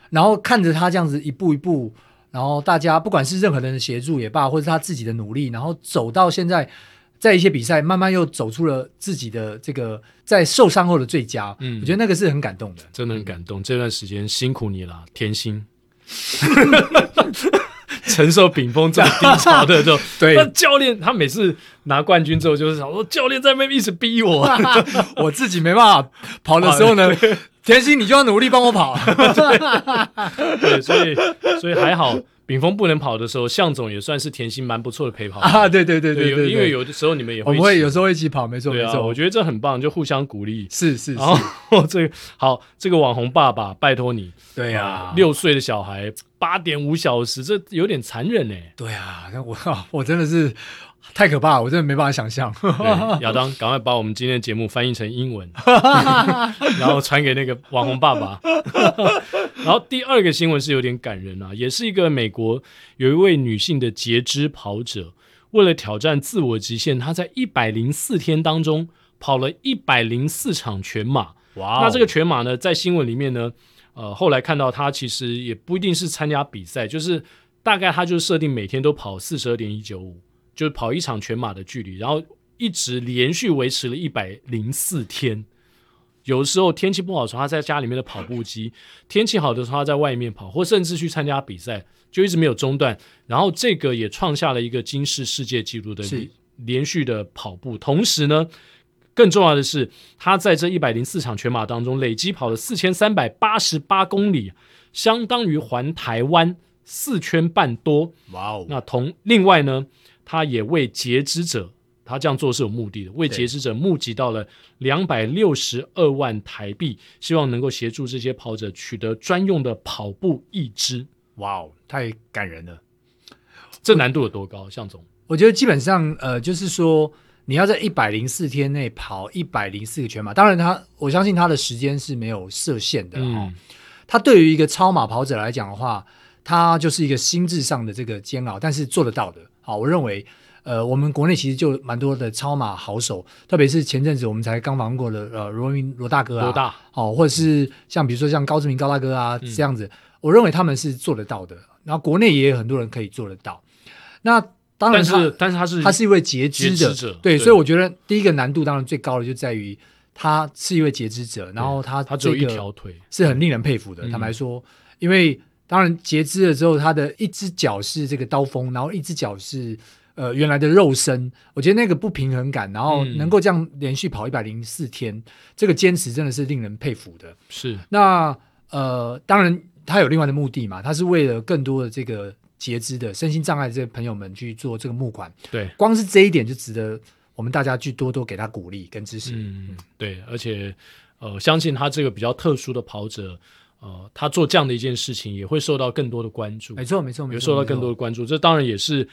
Speaker 3: 然后看着他这样子一步一步，然后大家不管是任何人的协助也罢，或者他自己的努力，然后走到现在，在一些比赛慢慢又走出了自己的这个在受伤后的最佳。
Speaker 1: 嗯
Speaker 3: 我觉得那个是很感动的。
Speaker 1: 真
Speaker 3: 嗯
Speaker 1: 的很感动。这段时间辛苦你了，甜心。 承受顶峰这种低潮的 时候，
Speaker 2: 对
Speaker 1: 那教练他每次拿冠军之后，就是想说教练在那边一直逼我，
Speaker 3: 我自己没办法跑的时候呢，甜心你就要努力帮我跑。
Speaker 1: 对，所以所以还好，炳峰不能跑的时候，向总也算是甜心蛮不错的陪跑
Speaker 3: 啊，对对对
Speaker 1: 对
Speaker 3: 对对，
Speaker 1: 有因为有的时候你们也
Speaker 3: 我
Speaker 1: 会一起，
Speaker 3: 们会有时候一起跑，没错
Speaker 1: 对
Speaker 3: 没
Speaker 1: 啊，
Speaker 3: 错
Speaker 1: 我，哦觉得这很棒，就互相鼓励。
Speaker 3: 是是是
Speaker 1: 然，后 这个好，这个网红爸爸，拜托你，
Speaker 3: 对啊呀，
Speaker 1: 六岁的小孩八点五小时，这有点残忍欸呢。
Speaker 3: 对啊，那我 我真的是太可怕了，我真的没办法想象。
Speaker 1: 对亚当，赶快把我们今天的节目翻译成英文，然后传给那个网红爸爸。然后第二个新闻是有点感人啊，也是一个美国有一位女性的截肢跑者，为了挑战自我极限，她在一百零四天当中跑了一百零四场全马。
Speaker 3: 哇哦
Speaker 1: 那这个全马呢，在新闻里面呢，呃，后来看到他其实也不一定是参加比赛，就是大概他就设定每天都跑四十二点一九五，就是跑一场全马的距离，然后一直连续维持了一百零四天。有时候天气不好的时候，他在家里面的跑步机； 天气好的时候，他在外面跑，或甚至去参加比赛，就一直没有中断。然后这个也创下了一个金氏世界纪录的
Speaker 3: 是
Speaker 1: 连续的跑步。同时呢，更重要的是，他在这一百零四场全马当中，累积跑了四千三百八十八公里，相当于环台湾四圈半多。
Speaker 3: 哇哦，
Speaker 1: 那同另外呢，他也为截肢者，他这样做是有目的的，为
Speaker 3: 对
Speaker 1: 截肢者募集到了两百六十二万台币，希望能够协助这些跑者取得专用的跑步义肢。
Speaker 3: 哇哦，太感人了。
Speaker 1: 这难度有多高，向总？
Speaker 3: 我觉得基本上，呃，就是说你要在一百零四天内跑一百零四个全马，当然他我相信他的时间是没有设限的啊哈、
Speaker 1: 嗯，
Speaker 3: 他对于一个超马跑者来讲的话，他就是一个心智上的这个煎熬，但是做得到的。好，我认为，呃，我们国内其实就蛮多的超马好手，特别是前阵子我们才刚访问过的，呃，罗云罗大哥啊，
Speaker 1: 多大？
Speaker 3: 哦，或者是像比如说像高志明高大哥啊这样子，我认为他们是做得到的。然后国内也有很多人可以做得到。那当然
Speaker 1: 但
Speaker 3: 他，
Speaker 1: 是但是他是
Speaker 3: 他是一位截肢
Speaker 1: 截
Speaker 3: 者，
Speaker 1: 肢者对
Speaker 3: 对，所以我觉得第一个难度当然最高的就在于他是一位截肢者，然后他、这
Speaker 1: 他只有一
Speaker 3: 个
Speaker 1: 条腿，
Speaker 3: 是很令人佩服的。
Speaker 1: 嗯
Speaker 3: 坦白说，因为当然截肢了之后，他的一只脚是这个刀锋，然后一只脚是呃原来的肉身，我觉得那个不平衡感，然后
Speaker 1: 嗯
Speaker 3: 能够这样连续跑一百零四天，这个坚持真的是令人佩服的。
Speaker 1: 是
Speaker 3: 那呃，当然他有另外的目的嘛，他是为了更多的这个截肢的身心障碍的这些朋友们去做这个募款，
Speaker 1: 对。
Speaker 3: 光是这一点就值得我们大家去多多给他鼓励跟支持。
Speaker 1: 嗯，对，而且呃，相信他这个比较特殊的跑者，呃，他做这样的一件事情也会受到更多的关注，
Speaker 3: 没错，没错，没
Speaker 1: 也
Speaker 3: 错，
Speaker 1: 受到
Speaker 3: 没错
Speaker 1: 更多的关注。这当然也是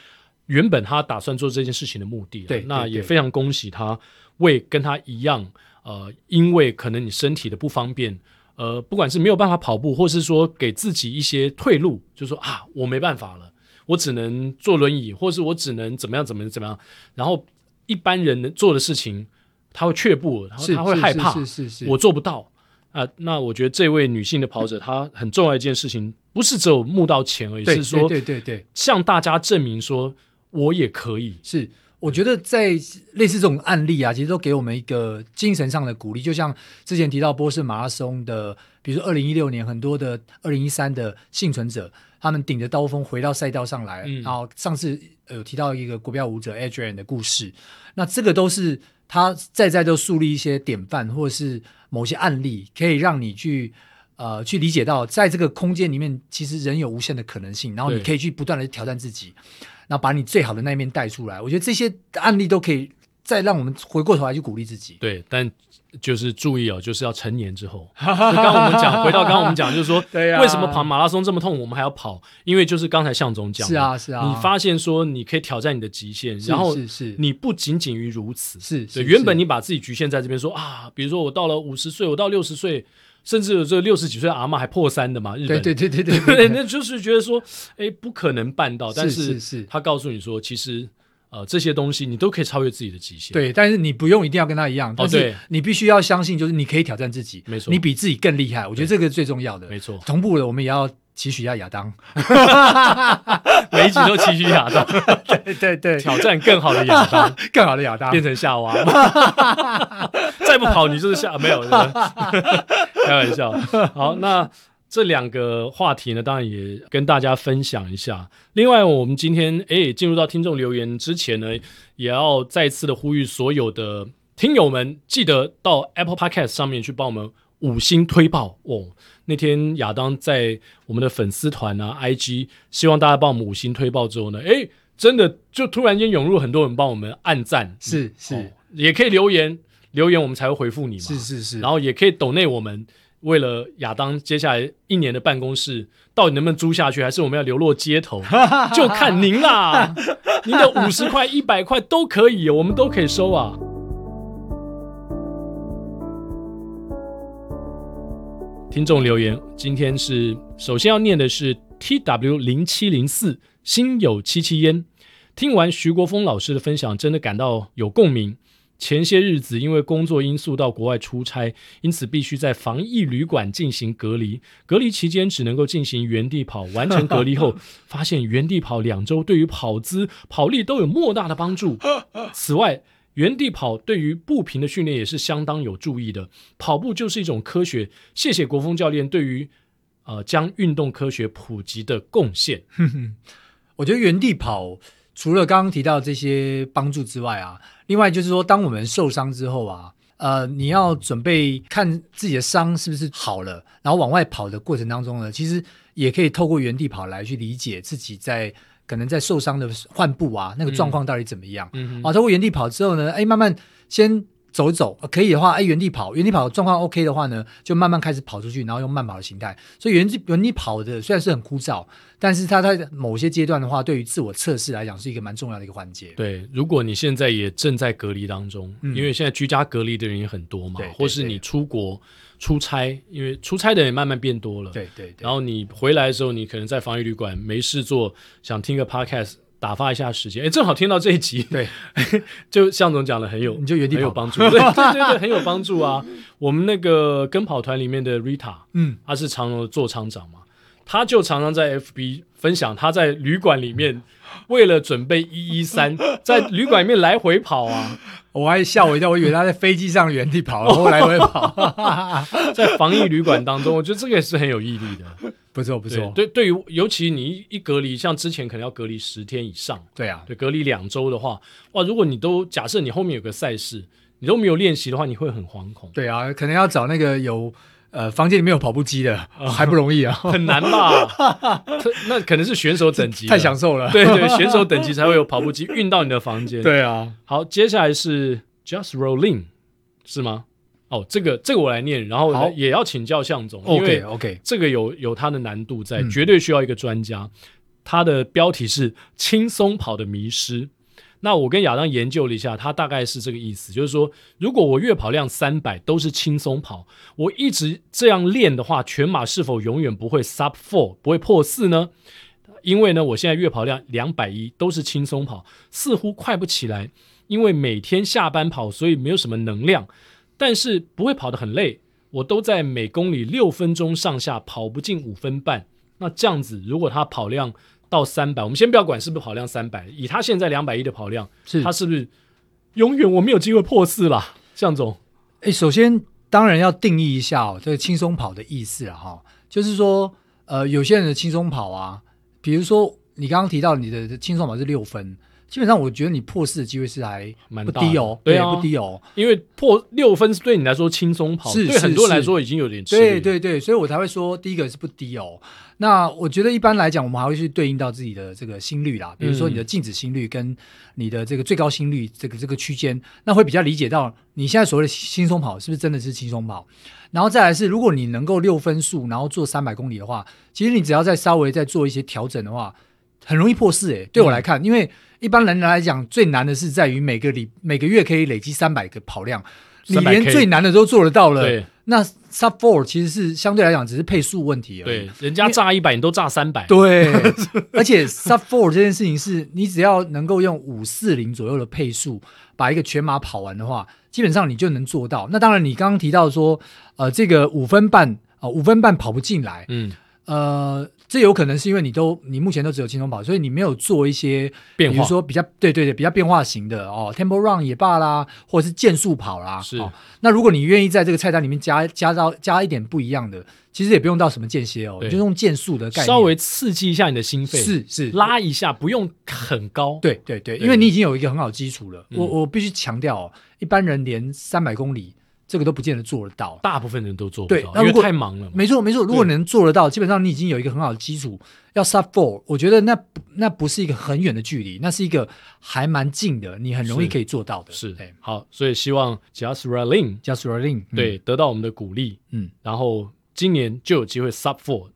Speaker 1: 原本他打算做这件事情的目的啊、
Speaker 3: 对
Speaker 1: 那
Speaker 3: 对
Speaker 1: 也
Speaker 3: 对
Speaker 1: 非常恭喜他，为跟他一样，呃，因为可能你身体的不方便。呃，不管是没有办法跑步，或是说给自己一些退路，就说啊，我没办法了，我只能坐轮椅，或是我只能怎么样怎么样怎么样。然后一般人能做的事情，他会却步，然后
Speaker 3: 是
Speaker 1: 他会
Speaker 3: 是
Speaker 1: 害怕，
Speaker 3: 是是是，
Speaker 1: 我做不到啊、那我觉得这位女性的 跑者，她很重要一件事情，不是只有募到钱而已，
Speaker 3: 对
Speaker 1: 是说
Speaker 3: 对对对对
Speaker 1: 向大家证明说我也可以。
Speaker 3: 是，我觉得在类似这种案例啊，其实都给我们一个精神上的鼓励。就像之前提到波士马拉松的，比如说二零一六年很多的二零一三的幸存者，他们顶着刀锋回到赛道上来。
Speaker 1: 嗯
Speaker 3: 然后上次呃有提到一个国标舞者 Adrian 的故事，那这个都是他在在都树立一些典范，或者是某些案例，可以让你去。呃，去理解到，在这个空间里面，其实人有无限的可能性，然后你
Speaker 1: 对
Speaker 3: 可以去不断的挑战自己。那把你最好的那一面带出来。我觉得这些案例都可以再让我们回过头来去鼓励自己。
Speaker 1: 对，但就是注意哦，就是要成年之 后。就刚刚我们讲，回到刚刚我们讲，就是说，
Speaker 3: 对啊
Speaker 1: 为什么跑马拉松这么痛，我们还要跑？因为就是刚才向总讲的，
Speaker 3: 是啊，是啊，
Speaker 1: 你发现说你可以挑战你的极限，然后
Speaker 3: 是是
Speaker 1: 你不仅仅于如此，
Speaker 3: 是
Speaker 1: 对，
Speaker 3: 是
Speaker 1: 原本
Speaker 3: 是
Speaker 1: 你把自己局限在这边说啊，比如说我到了五十岁，我到六十岁，甚至有这六十几岁的阿嬷还破三的嘛，日
Speaker 3: 对
Speaker 1: 本
Speaker 3: 对对对对
Speaker 1: 对，那就是觉得说，哎，不可能办到，但
Speaker 3: 是是是
Speaker 1: 他告诉你说，其实呃这些东西你都可以超越自己的极限，，
Speaker 3: 对，但是你不用一定要跟他一样，但是
Speaker 1: 哦对
Speaker 3: 你必须要相信，就是你可以挑战自己，
Speaker 1: 没错
Speaker 3: 你比自己更厉害。我觉得这个最重要的，
Speaker 1: 没错
Speaker 3: 同步的，我们也要期许一下 亚当，
Speaker 1: 每一集都期许亚当
Speaker 3: 对对对，
Speaker 1: 挑战更好的亚当，
Speaker 3: 更好的亚当
Speaker 1: 变。成夏娃， 啊 再不跑你就是夏没有，开玩笑。好，那。这两个话题呢，当然也跟大家分享一下。另外，我们今天诶进入到听众留言之前呢，也要再次的呼吁所有的听友们，记得到 Apple Podcast 上面去帮我们五星推爆哦。那天亚当在我们的粉丝团啊、IG，希望大家帮我们五星推爆之后呢，诶，真的就突然间涌入很多人帮我们按赞，
Speaker 3: 是
Speaker 1: 哦
Speaker 3: 是
Speaker 1: 也可以留言，留言我们才会回复你嘛。
Speaker 3: 是是是，
Speaker 1: 然后也可以抖内我们。为了亚当接下来一年的办公室到底能不能租下去，还是我们要流落街头，就看您啦。您的五十块、一百块都可以，我们都可以收啊。听众留言，今天是首先要念的是 T W 零七零四心有戚戚焉。听完徐国峰老师的分享，真的感到有共鸣。前些日子因为工作因素到国外出差，因此必须在防疫旅馆进行隔离。隔离期间只能够进行原地跑，完成隔离后，发现原地跑两周对于跑姿、跑力都有莫大的帮助。此外，原地跑对于步频的训练也是相当有注意的。跑步就是一种科学。谢谢国风教练对于呃将运动科学普及的贡献。
Speaker 3: 我觉得原地跑除了刚刚提到这些帮助之外啊，另外就是说，当我们受伤之后啊，呃，你要准备看自己的伤是不是好了，然后往外跑的过程当中呢，其实也可以透过原地跑来去理解自己在可能在受伤的患部啊那个状况到底怎么样。
Speaker 1: 嗯
Speaker 3: 啊，透过原地跑之后呢，哎，慢慢先走一走，呃可以的话，哎，原地跑，原地跑状况 OK 的话呢，就慢慢开始跑出去，然后用慢跑的形态。所以原地原地跑的虽然是很枯燥，但是它在某些阶段的话，对于自我测试来讲是一个蛮重要的一个环节。
Speaker 1: 对，如果你现在也正在隔离当中，
Speaker 3: 嗯
Speaker 1: 因为现在居家隔离的人也很多嘛
Speaker 3: 对，对
Speaker 1: 或是你出国出差，因为出差的人也慢慢变多了。，
Speaker 3: 对对对
Speaker 1: 然后你回来的时候，你可能在防疫旅馆没事做，想听个 podcast 打发一下时间，哎，正好听到这一集，
Speaker 3: 对，
Speaker 1: 就向总讲的很有，
Speaker 3: 你就原地
Speaker 1: 很有
Speaker 3: 跑
Speaker 1: 帮助，对对对对，很有帮助啊。我们那个跟跑团里面的 Rita，
Speaker 3: 嗯，
Speaker 1: 他是长荣的座舱长嘛，他就常常在 FB 分享他在旅馆里面为了准备一一 三，在旅馆里面来回跑啊，
Speaker 3: 我还吓我一跳，我以为他在飞机上原地跑，然后来回跑，
Speaker 1: 在防疫旅馆当中，我觉得这个也是很有毅力的。
Speaker 3: 不错不错，
Speaker 1: 对，对对于尤其你一一隔离，像之前可能要隔离十天以上，
Speaker 3: 对啊，
Speaker 1: 对，隔离两周的话，哇，如果你都假设你后面有个赛事，你都没有练习的话，你会很惶恐，
Speaker 3: 对啊，可能要找那个有呃房间里面有跑步机的，
Speaker 1: 哦
Speaker 3: 还不容 易啊，
Speaker 1: 很难 吧？这那可能是选手等级了，
Speaker 3: 太享受了。
Speaker 1: 对对，选手等级才会有跑步机运到你的房间。
Speaker 3: 对啊，
Speaker 1: 好，接下来是 Just Rolling，是吗？哦，这个这个我来念，然后
Speaker 3: 好
Speaker 1: 也要请教向总，因
Speaker 3: OK
Speaker 1: 为
Speaker 3: OK，
Speaker 1: 这个有有它的难度在，
Speaker 3: 嗯
Speaker 1: 绝对需要一个专家。它的标题是“轻松跑的迷失”。那我跟亚当研究了一下，它大概是这个意思，就是说，如果我月跑量三百都是轻松跑，我一直这样练的话，全马是否永远不会 sub four 不会破四呢？因为呢，我现在月跑量两百一都是轻松跑，似乎快不起来，因为每天下班跑，所以没有什么能量，但是不会跑得很累。我都在每公里六分钟上下跑不进五分半。那这样子，如果他跑量到三百，我们先不要管是不是跑量三百，以他现在两百一的跑量，
Speaker 3: 是
Speaker 1: 他是不是永远我没有机会破四啦？向总，
Speaker 3: 诶，首先当然要定义一下哦，这个轻松跑的意思啊，哈，就是说，呃，有些人的轻松跑啊，比如说你刚刚提到你的轻松跑是六分，基本上我觉得你破四的机会是还
Speaker 1: 蛮
Speaker 3: 不
Speaker 1: 大的
Speaker 3: 低哦，
Speaker 1: 对啊
Speaker 3: 不低哦，
Speaker 1: 因为破六分是对你来说轻松跑，
Speaker 3: 是
Speaker 1: 对
Speaker 3: 是
Speaker 1: 很多人来
Speaker 3: 是
Speaker 1: 说已经有点吃力
Speaker 3: 对对对，所以我才会说第一个是不低哦。那我觉得一般来讲，我们还会去对应到自己的这个心率啦，比如说
Speaker 1: 嗯
Speaker 3: 你的静止心率跟你的这个最高心率这个这个区间，那会比较理解到你现在所谓的轻松跑是不是真的是轻松跑。然后再来是，如果你能够六分速，然后做三百公里的话，其实你只要再稍微再做一些调整的话，很容易破四诶、欸对
Speaker 1: 嗯
Speaker 3: 我来看，因为一般人来讲，最难的是在于每个里每个月可以累积三百个跑量，你
Speaker 1: 300K
Speaker 3: 连最难的都做得到了，
Speaker 1: 对
Speaker 3: 那 Sub Four 其实是相对来讲只是配速问题而已
Speaker 1: 对。，人家炸一百，你都炸三百，
Speaker 3: 对， 而且 Sub Four 这件事情是你只要能够用五四零左右的配速把一个全马跑完的话，基本上你就能做到。那当然，你刚刚提到说，呃，这个五分半啊，呃五、分半跑不进来，
Speaker 1: 嗯，
Speaker 3: 呃，这有可能是因为你都你目前都只有轻松跑，所以你没有做一些
Speaker 1: 变化
Speaker 3: 比如说比较对对对比较变化型的哦，tempo run 也罢啦，或者是渐速跑啦。
Speaker 1: 是
Speaker 3: 哦那如果你愿意在这个菜单里面加加到加一点不一样的，其实也不用到什么间歇哦，
Speaker 1: 对
Speaker 3: 你就用渐速的概念，
Speaker 1: 稍微刺激一下你的心肺，
Speaker 3: 是是
Speaker 1: 拉一下，不用很高。，
Speaker 3: 对对对，
Speaker 1: 对
Speaker 3: 因为你已经有一个很好的基础了。
Speaker 1: 嗯
Speaker 3: 我我必须强调哦，一般人连三百公里这个都不见得做得到。
Speaker 1: 大部分人都做不
Speaker 3: 对
Speaker 1: 到，
Speaker 3: 那
Speaker 1: 因
Speaker 3: 如
Speaker 1: 为
Speaker 3: 果
Speaker 1: 太忙了嘛。
Speaker 3: 没错没错，如果能做得到，基本上你已经有一个很好的基础。要 sub four，我觉得那不那不是一个很远的距离，那是一个还蛮近的，你很容易
Speaker 1: 是
Speaker 3: 可以做到的。
Speaker 1: 是
Speaker 3: 对，
Speaker 1: 好，所以希望 Just r a l i n
Speaker 3: j u s t r a l i n
Speaker 1: 对，得到我们的鼓励，
Speaker 3: 嗯，
Speaker 1: 然后今年就有机会 Sub Four。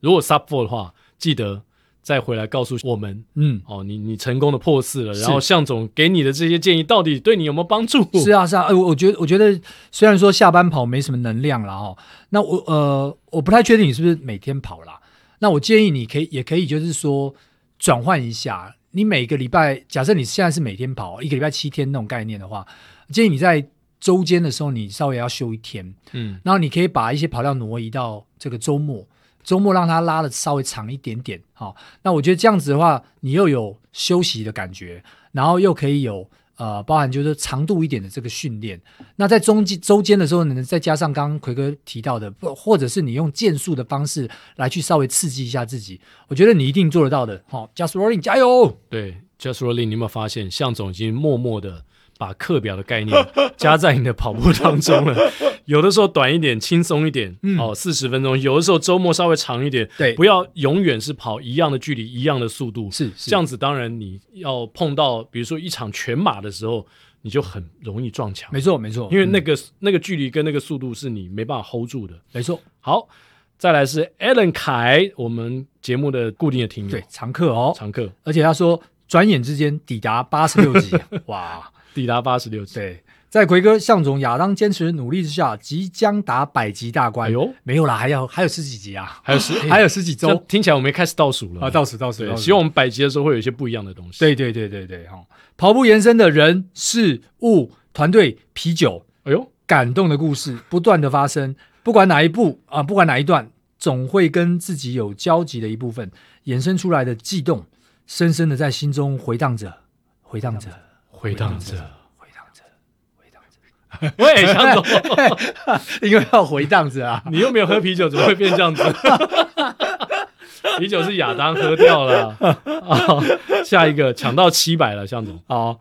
Speaker 1: 如果 Sub Four 的话，记得再回来告诉我们
Speaker 3: 嗯，
Speaker 1: 哦，你你成功的破四了，
Speaker 3: 是
Speaker 1: 然后向总给你的这些建议到底对你有没有帮助？
Speaker 3: 是啊，是啊，哎，我我觉得，我觉得虽然说下班跑没什么能量了哦，那我呃，我不太确定你是不是每天跑啦。那我建议你可以，也可以就是说转换一下，你每个礼拜，假设你现在是每天跑，一个礼拜七天那种概念的话，建议你在周间的时候，你稍微要休一天，
Speaker 1: 嗯，
Speaker 3: 然后你可以把一些跑量挪移到这个周末，周末让它拉的稍微长一点点。好、那我觉得这样子的话，你又有休息的感觉，然后又可以有呃，包含就是长度一点的这个训练。那在中间周间的时候呢，再加上刚刚奎哥提到的，不或者是你用剑术的方式来去稍微刺激一下自己，我觉得你一定做得到的。好、j u s t rolling，加油！
Speaker 1: 对，Just r a l i n 你有没有发现向总已经默默的把课表的概念 加在你的跑步当中 了？有的时候短一点，轻松一点，
Speaker 3: 嗯
Speaker 1: 哦，四十分钟；有的时候周末稍微长一点，
Speaker 3: 对
Speaker 1: 不要永远是跑一样的距离、一样的速度，
Speaker 3: 是是
Speaker 1: 这样子。当然，你要碰到比如说一场全马的时候，你就很容易撞墙，
Speaker 3: 没错没错，
Speaker 1: 因为那
Speaker 3: 嗯
Speaker 1: 个、那个距离跟那个速度是你没办法 hold 住的。
Speaker 3: 没错，
Speaker 1: 好，再来是 Alan 凯，我们节目的固定的听友
Speaker 3: 对，常客哦，
Speaker 1: 常客，
Speaker 3: 而且他说转眼之间抵达八十 六级，哇！
Speaker 1: 抵达八十六次。
Speaker 3: 对，在奎哥、向总、亚当坚持努力之下，即将达百级大关。
Speaker 1: 哎呦，
Speaker 3: 没有啦，还有还有十几集啊，
Speaker 1: 还有十，
Speaker 3: 还有十几
Speaker 1: 这
Speaker 3: 周
Speaker 1: 听起来我们也开始倒数了
Speaker 3: 啊，倒数倒数
Speaker 1: 嗯对
Speaker 3: 倒，数。
Speaker 1: 希望我们百集的时候会有一些不一样的东西。，
Speaker 3: 对对对对对哈、哦跑步延伸的人、事物、团队、啤酒，
Speaker 1: 哎呦，
Speaker 3: 感动的故事不断的发生，不管哪一步啊，不管哪一段，总会跟自己有交集的一部分衍生出来的悸动，深深的在心中回荡着，回荡着，
Speaker 1: 回荡着，
Speaker 3: 回荡着，回荡着，
Speaker 1: 喂，向 总，
Speaker 3: 因为要回荡着 啊。
Speaker 1: 你又没有喝啤酒，怎么会变这样子？啤酒是亚当喝掉了啊！下一个抢到七百了，向总，
Speaker 3: 好，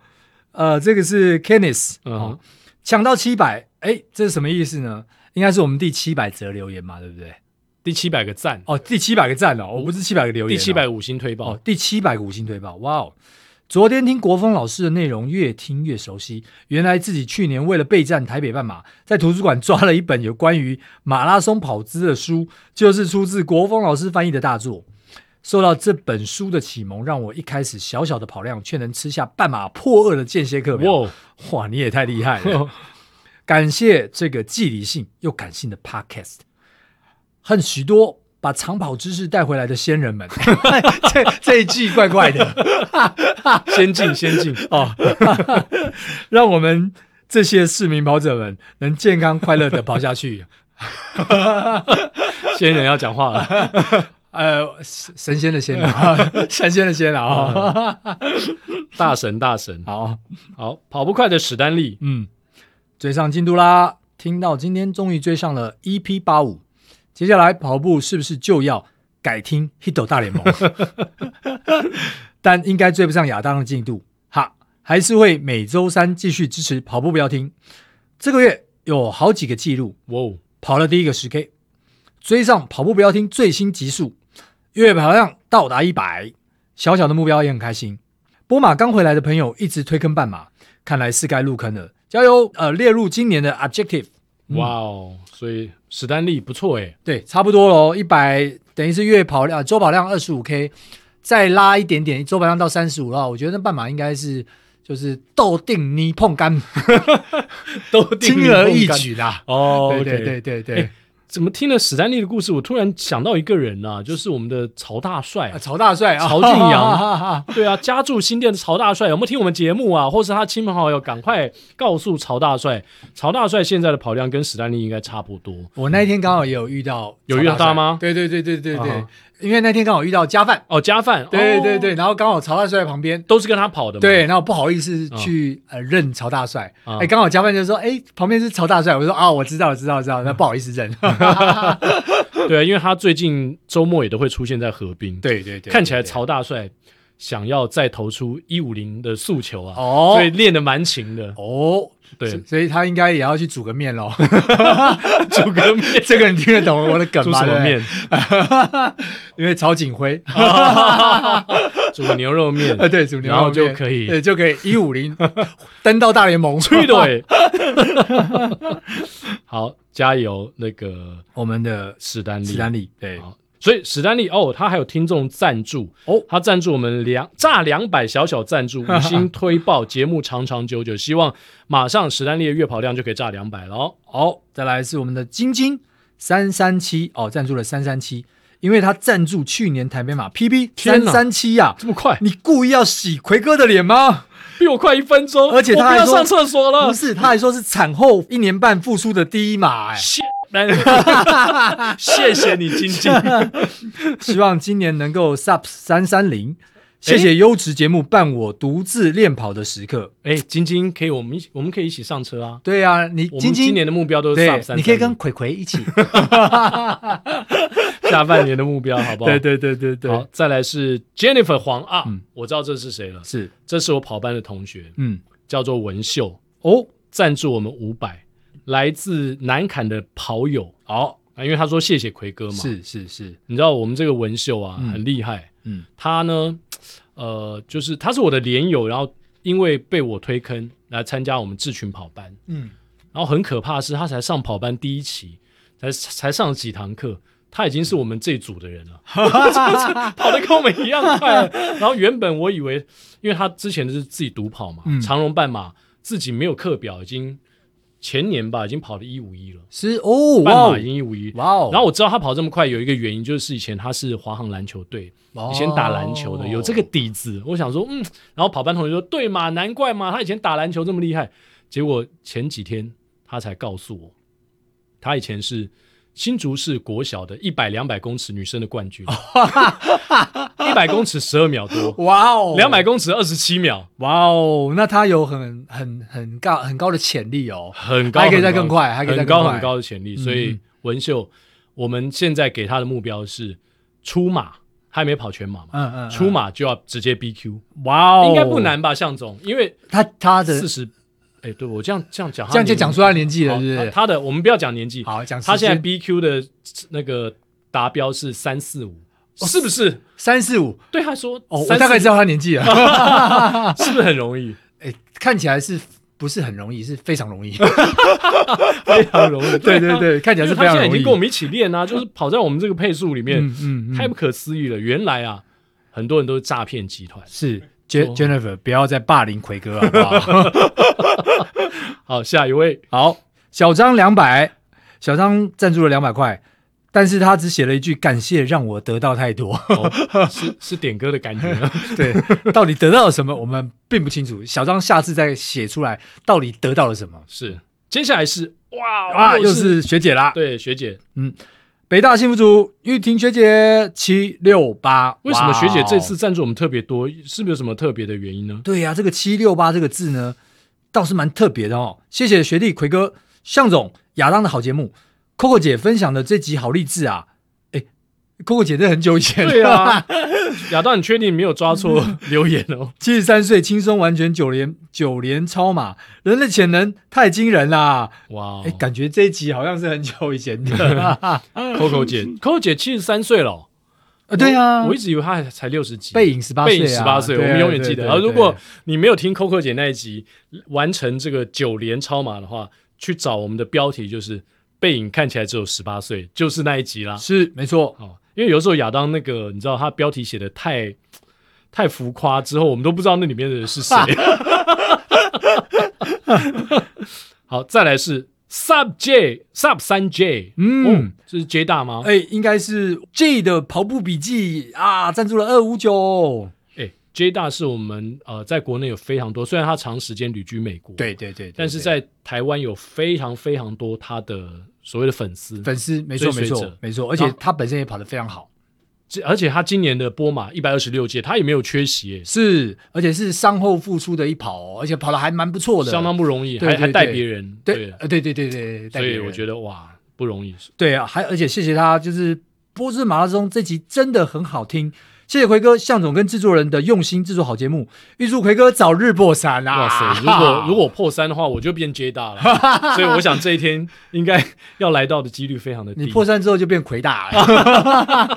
Speaker 3: 呃，这个是 Kenneth，
Speaker 1: 嗯
Speaker 3: 哦，抢到七百，哎，这是什么意思呢？应该是我们第七百则留言嘛，对不对？
Speaker 1: 第七百个赞，
Speaker 3: 哦，第七百个赞哦，我不是七百个留
Speaker 1: 第
Speaker 3: 言、
Speaker 1: 七百五星推
Speaker 3: 哦
Speaker 1: 爆，，
Speaker 3: 第七百个五星推报，哇哦！昨天听国风老师的内容，越听越熟悉。原来自己去年为了备战台北半马，在图书馆抓了一本有关于马拉松跑姿的书，就是出自国风老师翻译的大作。受到这本书的启蒙，让我一开始小小的跑量，却能吃下半马破二的间歇课表。
Speaker 1: 哇，
Speaker 3: 哇，你也太厉害了！感谢这个既理性又感性的 Podcast，和许多把长跑知识带回来的先人们。这这一句怪怪的
Speaker 1: 先进先进，
Speaker 3: 哦，让我们这些市民跑者们能健康快乐的跑下去。
Speaker 1: 仙人要讲话了，
Speaker 3: 呃，神神仙的仙啊，神仙的仙啊、哦！
Speaker 1: 大神大神，
Speaker 3: 好，
Speaker 1: 好，跑不快的史丹利，
Speaker 3: 嗯，追上进度啦！听到今天终于追上了 EP 八五，接下来跑步是不是就要改听 Hito 大联盟？ 但应该追不上亚当的进度，哈，还是会每周三继续支持跑步不要停。这个月有好几个记录，
Speaker 1: 哇哦，
Speaker 3: 跑了第一个十 K，追上跑步不要听最新集数，月跑量到达一百，小小的目标也很开心。波马刚回来的朋友一直推坑半马，看来是该入坑了，加油！呃，列入今年的 objective，
Speaker 1: 哇哦，所以史丹利不错哎，
Speaker 3: 对，差不多喽，一百等于是月跑量、呃周跑量二十五 K，再拉一点点，周跑量到三十五了，我觉得那半马应该是就是斗定泥碰 杆，
Speaker 1: 都
Speaker 3: 轻而易举啦。
Speaker 1: 哦，
Speaker 3: 对对
Speaker 1: OK
Speaker 3: 对对对啊
Speaker 1: 哎，怎么听了史丹利的故事，我突然想到一个人啊，就是我们的曹大帅
Speaker 3: 啊。曹大帅啊，
Speaker 1: 曹哎俊阳
Speaker 3: 哈哈 哈
Speaker 1: 对啊，家住新店的曹大帅有没有听我们节目啊？或是他亲朋好友，赶快告诉曹大帅，曹大帅现在的跑量跟史丹利应该差不多。
Speaker 3: 我那一天刚好也有遇到，
Speaker 1: 有遇到他吗
Speaker 3: 对对对对对
Speaker 1: 啊
Speaker 3: 对，哎、
Speaker 1: 哈
Speaker 3: 因为那天刚好遇到加范，
Speaker 1: 哦，加饭，
Speaker 3: 对
Speaker 1: 哦
Speaker 3: 对对，，然后刚好曹大帅在旁边，
Speaker 1: 都是跟他跑的嘛。
Speaker 3: 对，然后不好意思去、
Speaker 1: 嗯
Speaker 3: 呃认曹大帅，哎、
Speaker 1: 啊
Speaker 3: 刚好加班就说，哎，旁边是曹大帅，我说啊，我知道了，知道了，知
Speaker 1: 嗯
Speaker 3: 道了，那不好意 思认，
Speaker 1: 对，因为他最近周末也都会出现在河滨。，
Speaker 3: 对对对，
Speaker 1: 看起来
Speaker 3: 对
Speaker 1: 曹大帅想要再投出一五零的诉求啊，
Speaker 3: 哦
Speaker 1: 所以练得蛮勤的。
Speaker 3: 哦，
Speaker 1: 对
Speaker 3: 所，所以他应该也要去煮个面喽，
Speaker 1: 煮个面，
Speaker 3: 这个你听得懂我的梗
Speaker 1: 煮
Speaker 3: 吗？
Speaker 1: 什么
Speaker 3: 对
Speaker 1: 面？
Speaker 3: 不对？因为曹景辉，
Speaker 1: 煮个牛肉面。
Speaker 3: 呃，对，煮牛肉面
Speaker 1: 然后就可以
Speaker 3: 对，就可以一 五零登到大联盟，
Speaker 1: 对 的欸好，加油，那个
Speaker 3: 我们的
Speaker 1: 史丹利。
Speaker 3: 史丹利，对，
Speaker 1: 好，所以史丹利哦，他还有听众赞助
Speaker 3: 哦
Speaker 1: 他赞助我们两炸两百小小赞助，五星推爆，节目长长久久，希望马上史丹利的月跑量就可以炸两百了哦。
Speaker 3: 好，再来是我们的晶晶三三七哦，赞助了三三七，因为他赞助去年台北马 PB
Speaker 1: 天
Speaker 3: 三
Speaker 1: 哪
Speaker 3: 三七呀，
Speaker 1: 这么快，
Speaker 3: 你故意要洗奎哥的脸吗？
Speaker 1: 比我快一分钟，
Speaker 3: 而且
Speaker 1: 我
Speaker 3: 他
Speaker 1: 不
Speaker 3: 还
Speaker 1: 要
Speaker 3: 说嗯
Speaker 1: 上厕所了
Speaker 3: 不。是，他还说是产后一年半复苏的第一马、哎，
Speaker 1: 谢， 谢谢你，晶 晶。
Speaker 3: 哎希望今年能够 sub 三三零。谢谢优质节目伴我独自练跑的时刻。
Speaker 1: 哎，晶晶，可以，我们一起，我们可以一起上车啊。
Speaker 3: 对啊，你
Speaker 1: 我
Speaker 3: 晶
Speaker 1: 们
Speaker 3: 晶
Speaker 1: 今年的目标都是 sub
Speaker 3: 对，
Speaker 1: 三，
Speaker 3: 你可以跟奎奎一起。
Speaker 1: 下半年的目标，好不好？
Speaker 3: 对对对对嗯
Speaker 1: 好
Speaker 3: 对，，
Speaker 1: 再来是 Jennifer 黄啊，我知道这是谁了，
Speaker 3: 是
Speaker 1: 这是我跑班的同学，
Speaker 3: 嗯
Speaker 1: 叫做文秀，
Speaker 3: 哦
Speaker 1: 赞助我们五百，来自南坎的跑友
Speaker 3: 好
Speaker 1: 啊，因为他说谢谢奎哥嘛，
Speaker 3: 是是是
Speaker 1: 你知道我们这个文秀啊、
Speaker 3: 嗯
Speaker 1: 很厉害，
Speaker 3: 嗯
Speaker 1: 他呢，呃，就是他是我的连友，然后因为被我推坑来参加我们智群跑班，
Speaker 3: 嗯
Speaker 1: 然后很可怕的是他才上跑班第一期，才才上几堂课。他已经是我们这组的人 了，跑得跟我们一样快。啊然后原本我以为，因为他之前就是自己独跑嘛，
Speaker 3: 嗯
Speaker 1: 长荣半马自己没有课表，已经前年吧，已经跑了一五一了，
Speaker 3: 是哦哇
Speaker 1: 半马
Speaker 3: 哦
Speaker 1: 已经一五一。
Speaker 3: 哇哦，
Speaker 1: 然后我知道他跑这么快，有一个原因就是以前他是华航篮球队，
Speaker 3: 哦
Speaker 1: 以前打篮球的，有这个底子。我想说，嗯，然后跑班同学说，对嘛，难怪嘛，他以前打篮球这么厉害。结果前几天他才告诉我，他以前是新竹市国小的一百两百公尺女生的冠 军，一百公尺十二秒多，
Speaker 3: 哇哦
Speaker 1: 两百公尺二十七秒，
Speaker 3: 哇哦，那他有很很很高很高的潜力哦。
Speaker 1: 很高，
Speaker 3: 还可以
Speaker 1: 很
Speaker 3: 再
Speaker 1: 高
Speaker 3: 更快还可以再
Speaker 1: 很
Speaker 3: 更
Speaker 1: 高
Speaker 3: 快
Speaker 1: 很高的潜力。所以
Speaker 3: 嗯
Speaker 1: 文秀，我们现在给他的目标是出马，他还没跑全马嘛。
Speaker 3: 嗯嗯，嗯
Speaker 1: 出马就要直接 BQ，、
Speaker 3: 哇哦，
Speaker 1: 应该不。难吧，向总？因为
Speaker 3: 他他的
Speaker 1: 四十，哎，对我这样这样讲，
Speaker 3: 这样就讲出他年纪了，
Speaker 1: 好
Speaker 3: 是不
Speaker 1: 他
Speaker 3: 是？
Speaker 1: 他的我们不要讲年纪，
Speaker 3: 好，讲
Speaker 1: 哦他现在 BQ 的那个达标是三四五，是不是？
Speaker 3: 三四五，
Speaker 1: 对他说，
Speaker 3: 哦，我
Speaker 1: 三
Speaker 3: 大概知
Speaker 1: 四
Speaker 3: 道他年纪 了。
Speaker 1: 五是不是很容易？
Speaker 3: 哎，看起来是不是很容易？是非常 容易。
Speaker 1: 非常容易，
Speaker 3: 对对
Speaker 1: 啊，
Speaker 3: 对，看起
Speaker 1: 因为
Speaker 3: 来是
Speaker 1: 他
Speaker 3: 非
Speaker 1: 现
Speaker 3: 常
Speaker 1: 在已
Speaker 3: 容
Speaker 1: 经
Speaker 3: 易。
Speaker 1: 跟我们一起练啊，就是跑在我们这个配速里面，
Speaker 3: 嗯
Speaker 1: 太不可思议了。原来啊，很多人都是诈骗集团。
Speaker 3: 是 Je- Jennifer，不要再霸凌奎哥好不 好？
Speaker 1: 好，下一位，
Speaker 3: 好，小张两百，小张赞助了两百块，但是他只写了一句感谢，让我得到 太多。
Speaker 1: 哦、是是点歌的感觉。
Speaker 3: 对，到底得到了什么，我们并不清楚。小张下次再写出来，到底得到了什么
Speaker 1: 是，接下来是哇
Speaker 3: 啊？又
Speaker 1: 哦是
Speaker 3: 是学姐啦，
Speaker 1: 对学姐，
Speaker 3: 北大幸福组玉婷学姐七六八，
Speaker 1: 为什么
Speaker 3: 哇哦
Speaker 1: 学姐这次？赞助我们特别多？是不是有什么特别的原因呢？
Speaker 3: 对呀、这个七六八这个字呢，倒是蛮特别的哦。谢谢学弟奎哥、向总、亚当的好节目，Coco 姐分享的这集好励志啊！哎，Coco 姐这很久以前，
Speaker 1: 对啊， 亚当，你确定没有抓错留言哦？
Speaker 3: 七十三岁轻松完全九连九连超马，人的潜能太惊人啦！
Speaker 1: 哇哦
Speaker 3: 哎、感觉这一集好像是很久以前 的。
Speaker 1: ，Coco 姐，Coco 姐七十三岁了哦，
Speaker 3: 哎啊，对啊，
Speaker 1: 我一直以为她才六十几。
Speaker 3: 背影十八
Speaker 1: 背
Speaker 3: 岁、啊，
Speaker 1: 影十八岁，我
Speaker 3: 对啊
Speaker 1: 们永远
Speaker 3: 对
Speaker 1: 记得。
Speaker 3: 对
Speaker 1: 然后，
Speaker 3: 对啊
Speaker 1: 如果你没有听 Coco 姐那一集完成这个九连超马的话，去找我们的标题就是“背影看起来只有十八岁”，就是那一集啦。
Speaker 3: 是没错，
Speaker 1: 哦，因为有时候亚当那个，你知道他标题写的太太浮夸，之后我们都不知道那里面的人是 谁。 好，再来是 Sub J Sub 三 J，
Speaker 3: 嗯
Speaker 1: 哦，这是 J 大吗？哎、
Speaker 3: 哎，应该是 J 的跑步笔记啊，赞助了二五九。
Speaker 1: j 大是我们呃在国内有非常多，虽然他长时间旅居美国，，
Speaker 3: 对对对，对
Speaker 1: 但是
Speaker 3: 对
Speaker 1: 在台湾有非常非常多他的所谓的粉丝。
Speaker 3: 粉丝没错
Speaker 1: 追
Speaker 3: 没
Speaker 1: 随者嗯
Speaker 3: 错没错，而且
Speaker 1: 然后
Speaker 3: 他本身也跑得非常好。
Speaker 1: 这而且他今年的波马一百二十六届，他也没有缺席耶，
Speaker 3: 是，而且是伤后复出的一跑哦、而且跑的还蛮不错的，
Speaker 1: 相当不容易，
Speaker 3: 对
Speaker 1: 还
Speaker 3: 对
Speaker 1: 还带
Speaker 3: 对
Speaker 1: 别人，
Speaker 3: 对，呃，对对对对，
Speaker 1: 所以我
Speaker 3: 得
Speaker 1: 觉得哇不容易，
Speaker 3: 对啊，还而且谢谢他，就是波士马拉松这集真的很好听，谢谢奎哥、向总跟制作人的用心制作好节目，预祝奎哥早日破产啊！
Speaker 1: 哇 塞！如果如果破三的话，我就变接大了，所以我想这一天应该要来到的几率非常的低。
Speaker 3: 你破三之后就变奎 大了，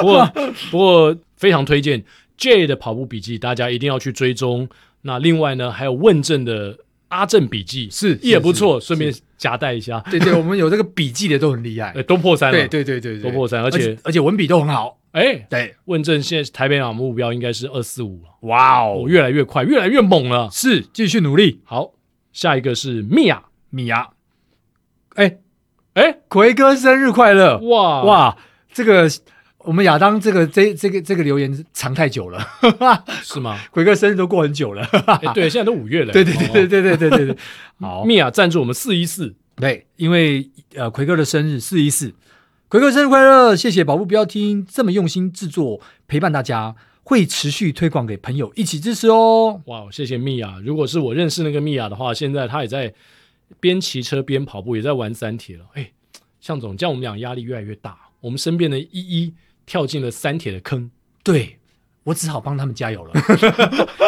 Speaker 1: 不过不过非常推荐 J 的跑步笔记，大家一定要去追踪。那另外呢，还有问政的阿正笔记
Speaker 3: 是
Speaker 1: 也不。
Speaker 3: 是是
Speaker 1: 错，顺便夹带一下，
Speaker 3: 对对，我们有这个笔记的都很厉害
Speaker 1: 呃，，都破三了。
Speaker 3: 对对对对对，
Speaker 1: 都破三而且
Speaker 3: 而且文笔都很好，
Speaker 1: 哎，
Speaker 3: 对，
Speaker 1: 问政现在台北港目标应该是二四五了，
Speaker 3: 哇
Speaker 1: 哦，，越来越快，越来越猛了。
Speaker 3: 是继续努力，
Speaker 1: 好，下一个是米娅，
Speaker 3: 米娅，哎，
Speaker 1: 哎，
Speaker 3: 奎哥生日快乐！
Speaker 1: 哇哇，
Speaker 3: 哇，这个我们亚当这个这这个这个留言藏太久了，
Speaker 1: 是吗？
Speaker 3: 奎哥生日都过很久了。
Speaker 1: 哎，对，现在都五月了。
Speaker 3: 对对对
Speaker 1: 哦
Speaker 3: 对对对 对对，好，
Speaker 1: 米娅赞助我们四一四，
Speaker 3: 对，因为呃奎哥的生日四一四，奎哥生日快乐！谢谢宝布，不要听这么用心制作，陪伴大家，会持续推广给朋友一起支持哦。
Speaker 1: 哇，谢谢米娅。如果是我认识那个米娅的话，现在她也在边骑车边跑步，也在玩三铁了。哎，向总，这样我们俩压力越来越大。我们身边的依依跳进了三铁的坑。
Speaker 3: 对我只好帮他们 加油了。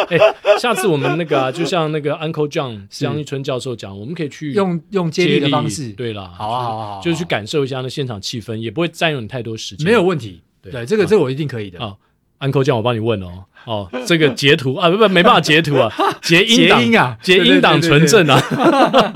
Speaker 1: 哎，下次我们那个、啊、就像那个 Uncle John 江一春教授讲，我们可以去
Speaker 3: 用用接力的方式，，
Speaker 1: 对啦，
Speaker 3: 好啊好啊好啊
Speaker 1: 就是去感受一下那现场气氛，也不会占用你太多时间。
Speaker 3: 没有问题。
Speaker 1: 对
Speaker 3: 对，这个这个我一定可以的。
Speaker 1: 啊，Uncle John，我帮你问哦。哦，这个截图啊，不不，没办法截图 啊，截音档
Speaker 3: 截音啊
Speaker 1: 截音档
Speaker 3: 对对
Speaker 1: 纯
Speaker 3: 对
Speaker 1: 正啊。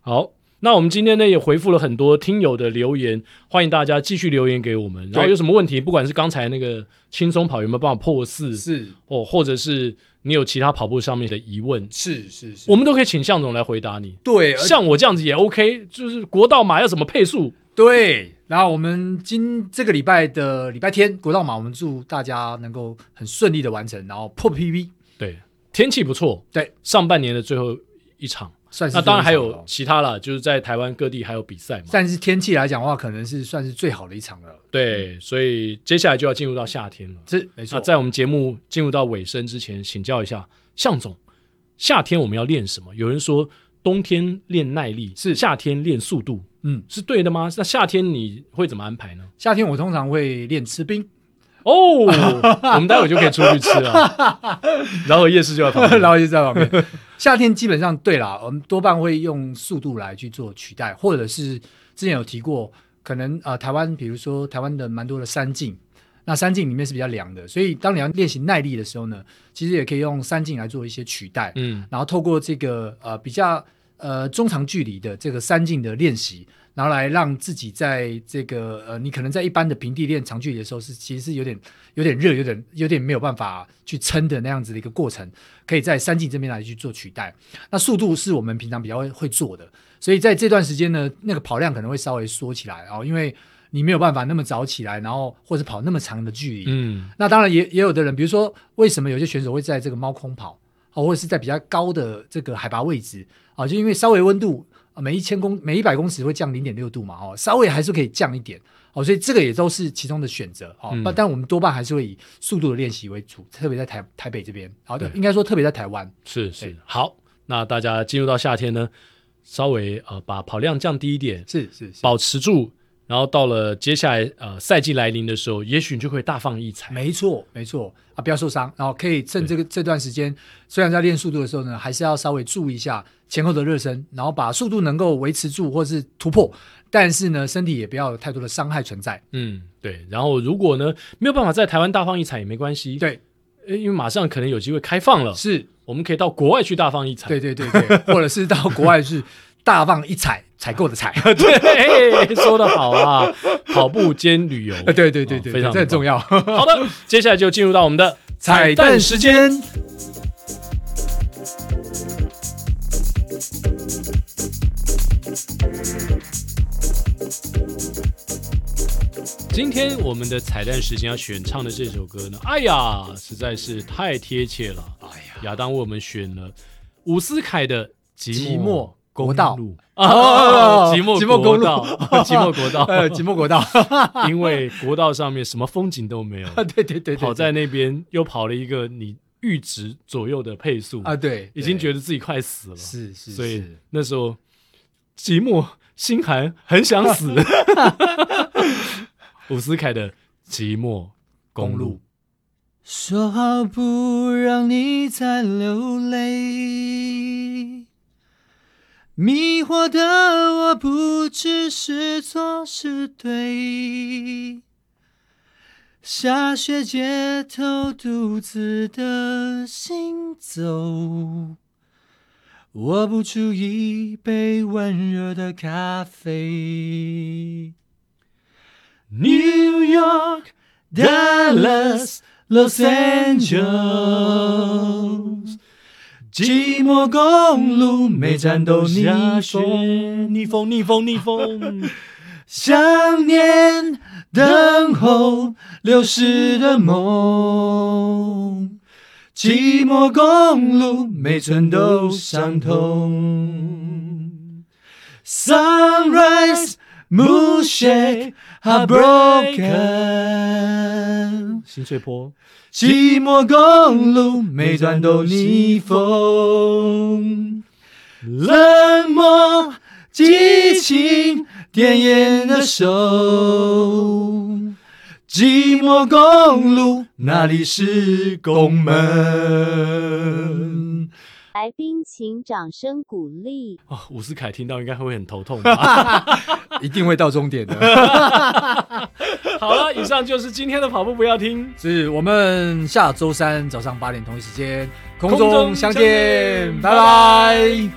Speaker 1: 好，那我们今天呢也回复了很多听友的留言，欢迎大家继续留言给我们。然后
Speaker 3: 对
Speaker 1: 有什么问题，不管是刚才那个轻松跑有没有办法破四，
Speaker 3: 是
Speaker 1: 哦，或者是你有其他跑步上面的疑问，
Speaker 3: 是是是，
Speaker 1: 我们都可以请向总来回答你。
Speaker 3: 对，而
Speaker 1: 像我这样子也 OK，就是国道马要怎么配速？
Speaker 3: 对，然后我们今这个礼拜的礼拜天国道马，我们祝大家能够很顺利的完成，然后破 PB，
Speaker 1: 对，天气不错，
Speaker 3: 对，
Speaker 1: 上半年的最后一场。
Speaker 3: 算是
Speaker 1: 那当然还
Speaker 3: 最后一场
Speaker 1: 有
Speaker 3: 了
Speaker 1: 其他啦，就是在台湾各地还有比赛嘛。
Speaker 3: 但是天气来讲的话，可能是算是最好的一场了。
Speaker 1: 对，所以接下来就要进入到夏天了。
Speaker 3: 这没
Speaker 1: 那
Speaker 3: 错，
Speaker 1: 在我们节目进入到尾声之前，请教一下向总，夏天我们要练什么？有人说冬天练耐力，是夏天练速度，
Speaker 3: 嗯，
Speaker 1: 是对的吗？那夏天你会怎么安排呢？
Speaker 3: 夏天我通常会练吃冰，
Speaker 1: 哦，我们待会就可以出去吃了， 然后夜市 就在旁边。
Speaker 3: 然后就在旁边。夏天基本上对啦，我们多半会用速度来去做取代，或者是之前有提过，可能呃台湾，比如说台湾的蛮多的山径，那山径里面是比较凉的，所以当你要练习耐力的时候呢，其实也可以用山径来做一些取代，
Speaker 1: 嗯，
Speaker 3: 然后透过这个呃比较呃中长距离的这个山径的练习。然后来让自己在这个呃，你可能在一般的平地练长距离的时候是，其实是有点有点热，有点有点没有办法去撑的那样子的一个过程。可以在山径这边来去做取代。那速度是我们平常比较会会做的，所以在这段时间呢，那个跑量可能会稍微缩起来哦，因为你没有办法那么早起来，然后或者跑那么长的距离。
Speaker 1: 嗯，
Speaker 3: 那当然也也有的人，比如说为什么有些选手会在这个猫空跑，哦，或者是在比较高的这个海拔位置啊、就因为稍微温度啊每一千公每一百公尺会降零点六度嘛，哦，稍微还是可以降一点。哦，所以这个也都是其中的选择哦。
Speaker 1: 嗯
Speaker 3: 但、但我们多半还是会以速度的练习为主，特别在台台北这边，好、
Speaker 1: 对
Speaker 3: 应该说特别在台湾。
Speaker 1: 是是。好，那大家进入到夏天呢，稍微呃把跑量降低一点，
Speaker 3: 是是是，
Speaker 1: 保持住，然后到了接下来呃赛季来临的时候，也许你就会大放异彩。
Speaker 3: 没错没错啊，不要受伤，然后可以趁这个这段时间，虽然在练速度的时候呢，还是要稍微注意一下前后的热身，然后把速度能够维持住或是突破，但是呢，身体也不要有太多的伤害存在。
Speaker 1: 嗯，对。然后如果呢没有办法在台湾大放异彩也没关系，
Speaker 3: 对，
Speaker 1: 呃，因为马上可能有机会开放了，
Speaker 3: 是，
Speaker 1: 我们可以到国外去大放异彩。
Speaker 3: 对对对 对，或者是到国外去大放一彩，采购的采，
Speaker 1: 对，说得好啊，跑步兼旅游。
Speaker 3: 对对对对，
Speaker 1: 哦非常
Speaker 3: 这很重要。
Speaker 1: 好的，接下来就进入到我们的
Speaker 3: 彩蛋时间。
Speaker 1: 今天我们的彩蛋时间要选唱的这首歌呢，哎呀，实在是太贴切了。
Speaker 3: 哎呀，
Speaker 1: 亚当为我们选了伍思凯的《寂
Speaker 3: 寂寞国道
Speaker 2: 公路
Speaker 1: 哦，
Speaker 3: 哦
Speaker 1: 即墨
Speaker 3: 即墨
Speaker 1: 国 哎
Speaker 3: 公路
Speaker 1: 道，即墨 国 道，
Speaker 3: 呃，即墨国道，
Speaker 1: 因为国道上面什么风景都没有，
Speaker 3: 对对对对，
Speaker 1: 跑在那边又跑了一个你阈值左右的配速
Speaker 3: 啊，对，
Speaker 1: 已经觉
Speaker 3: 得
Speaker 1: 得自己快死了，
Speaker 3: 是 是，
Speaker 1: 所以
Speaker 3: 是
Speaker 1: 那时候寂寞心寒，很想死。 伍思凯的《寂寞公
Speaker 3: 公
Speaker 1: 路
Speaker 3: 路。说好不让你再流泪，迷惑的我不知是错是对。下雪街头独自的行走，我不出一杯温热的咖啡。New York。Dallas, Los Angeles，寂寞公路每站都逆风，
Speaker 1: 逆风，逆风，逆风。
Speaker 3: 想念等候流逝的梦。寂寞公路每寸都伤痛。Sunrise, moonshake, heartbroken。
Speaker 1: 新翠坡，
Speaker 3: 寂寞公路每段都逆风，冷漠激情电眼的手，寂寞公路哪里是宫门？
Speaker 4: 来宾请掌声鼓励。
Speaker 1: 哦，伍思凯听到应该会很头痛吧？
Speaker 3: 一定会到终点 的，
Speaker 1: 好了，以上就是今天的跑步不要听，
Speaker 3: 是我们下周三早上八点同一时间空
Speaker 1: 空中
Speaker 3: 中相
Speaker 1: 相见
Speaker 3: 见，拜
Speaker 1: 拜
Speaker 3: 拜。
Speaker 1: 拜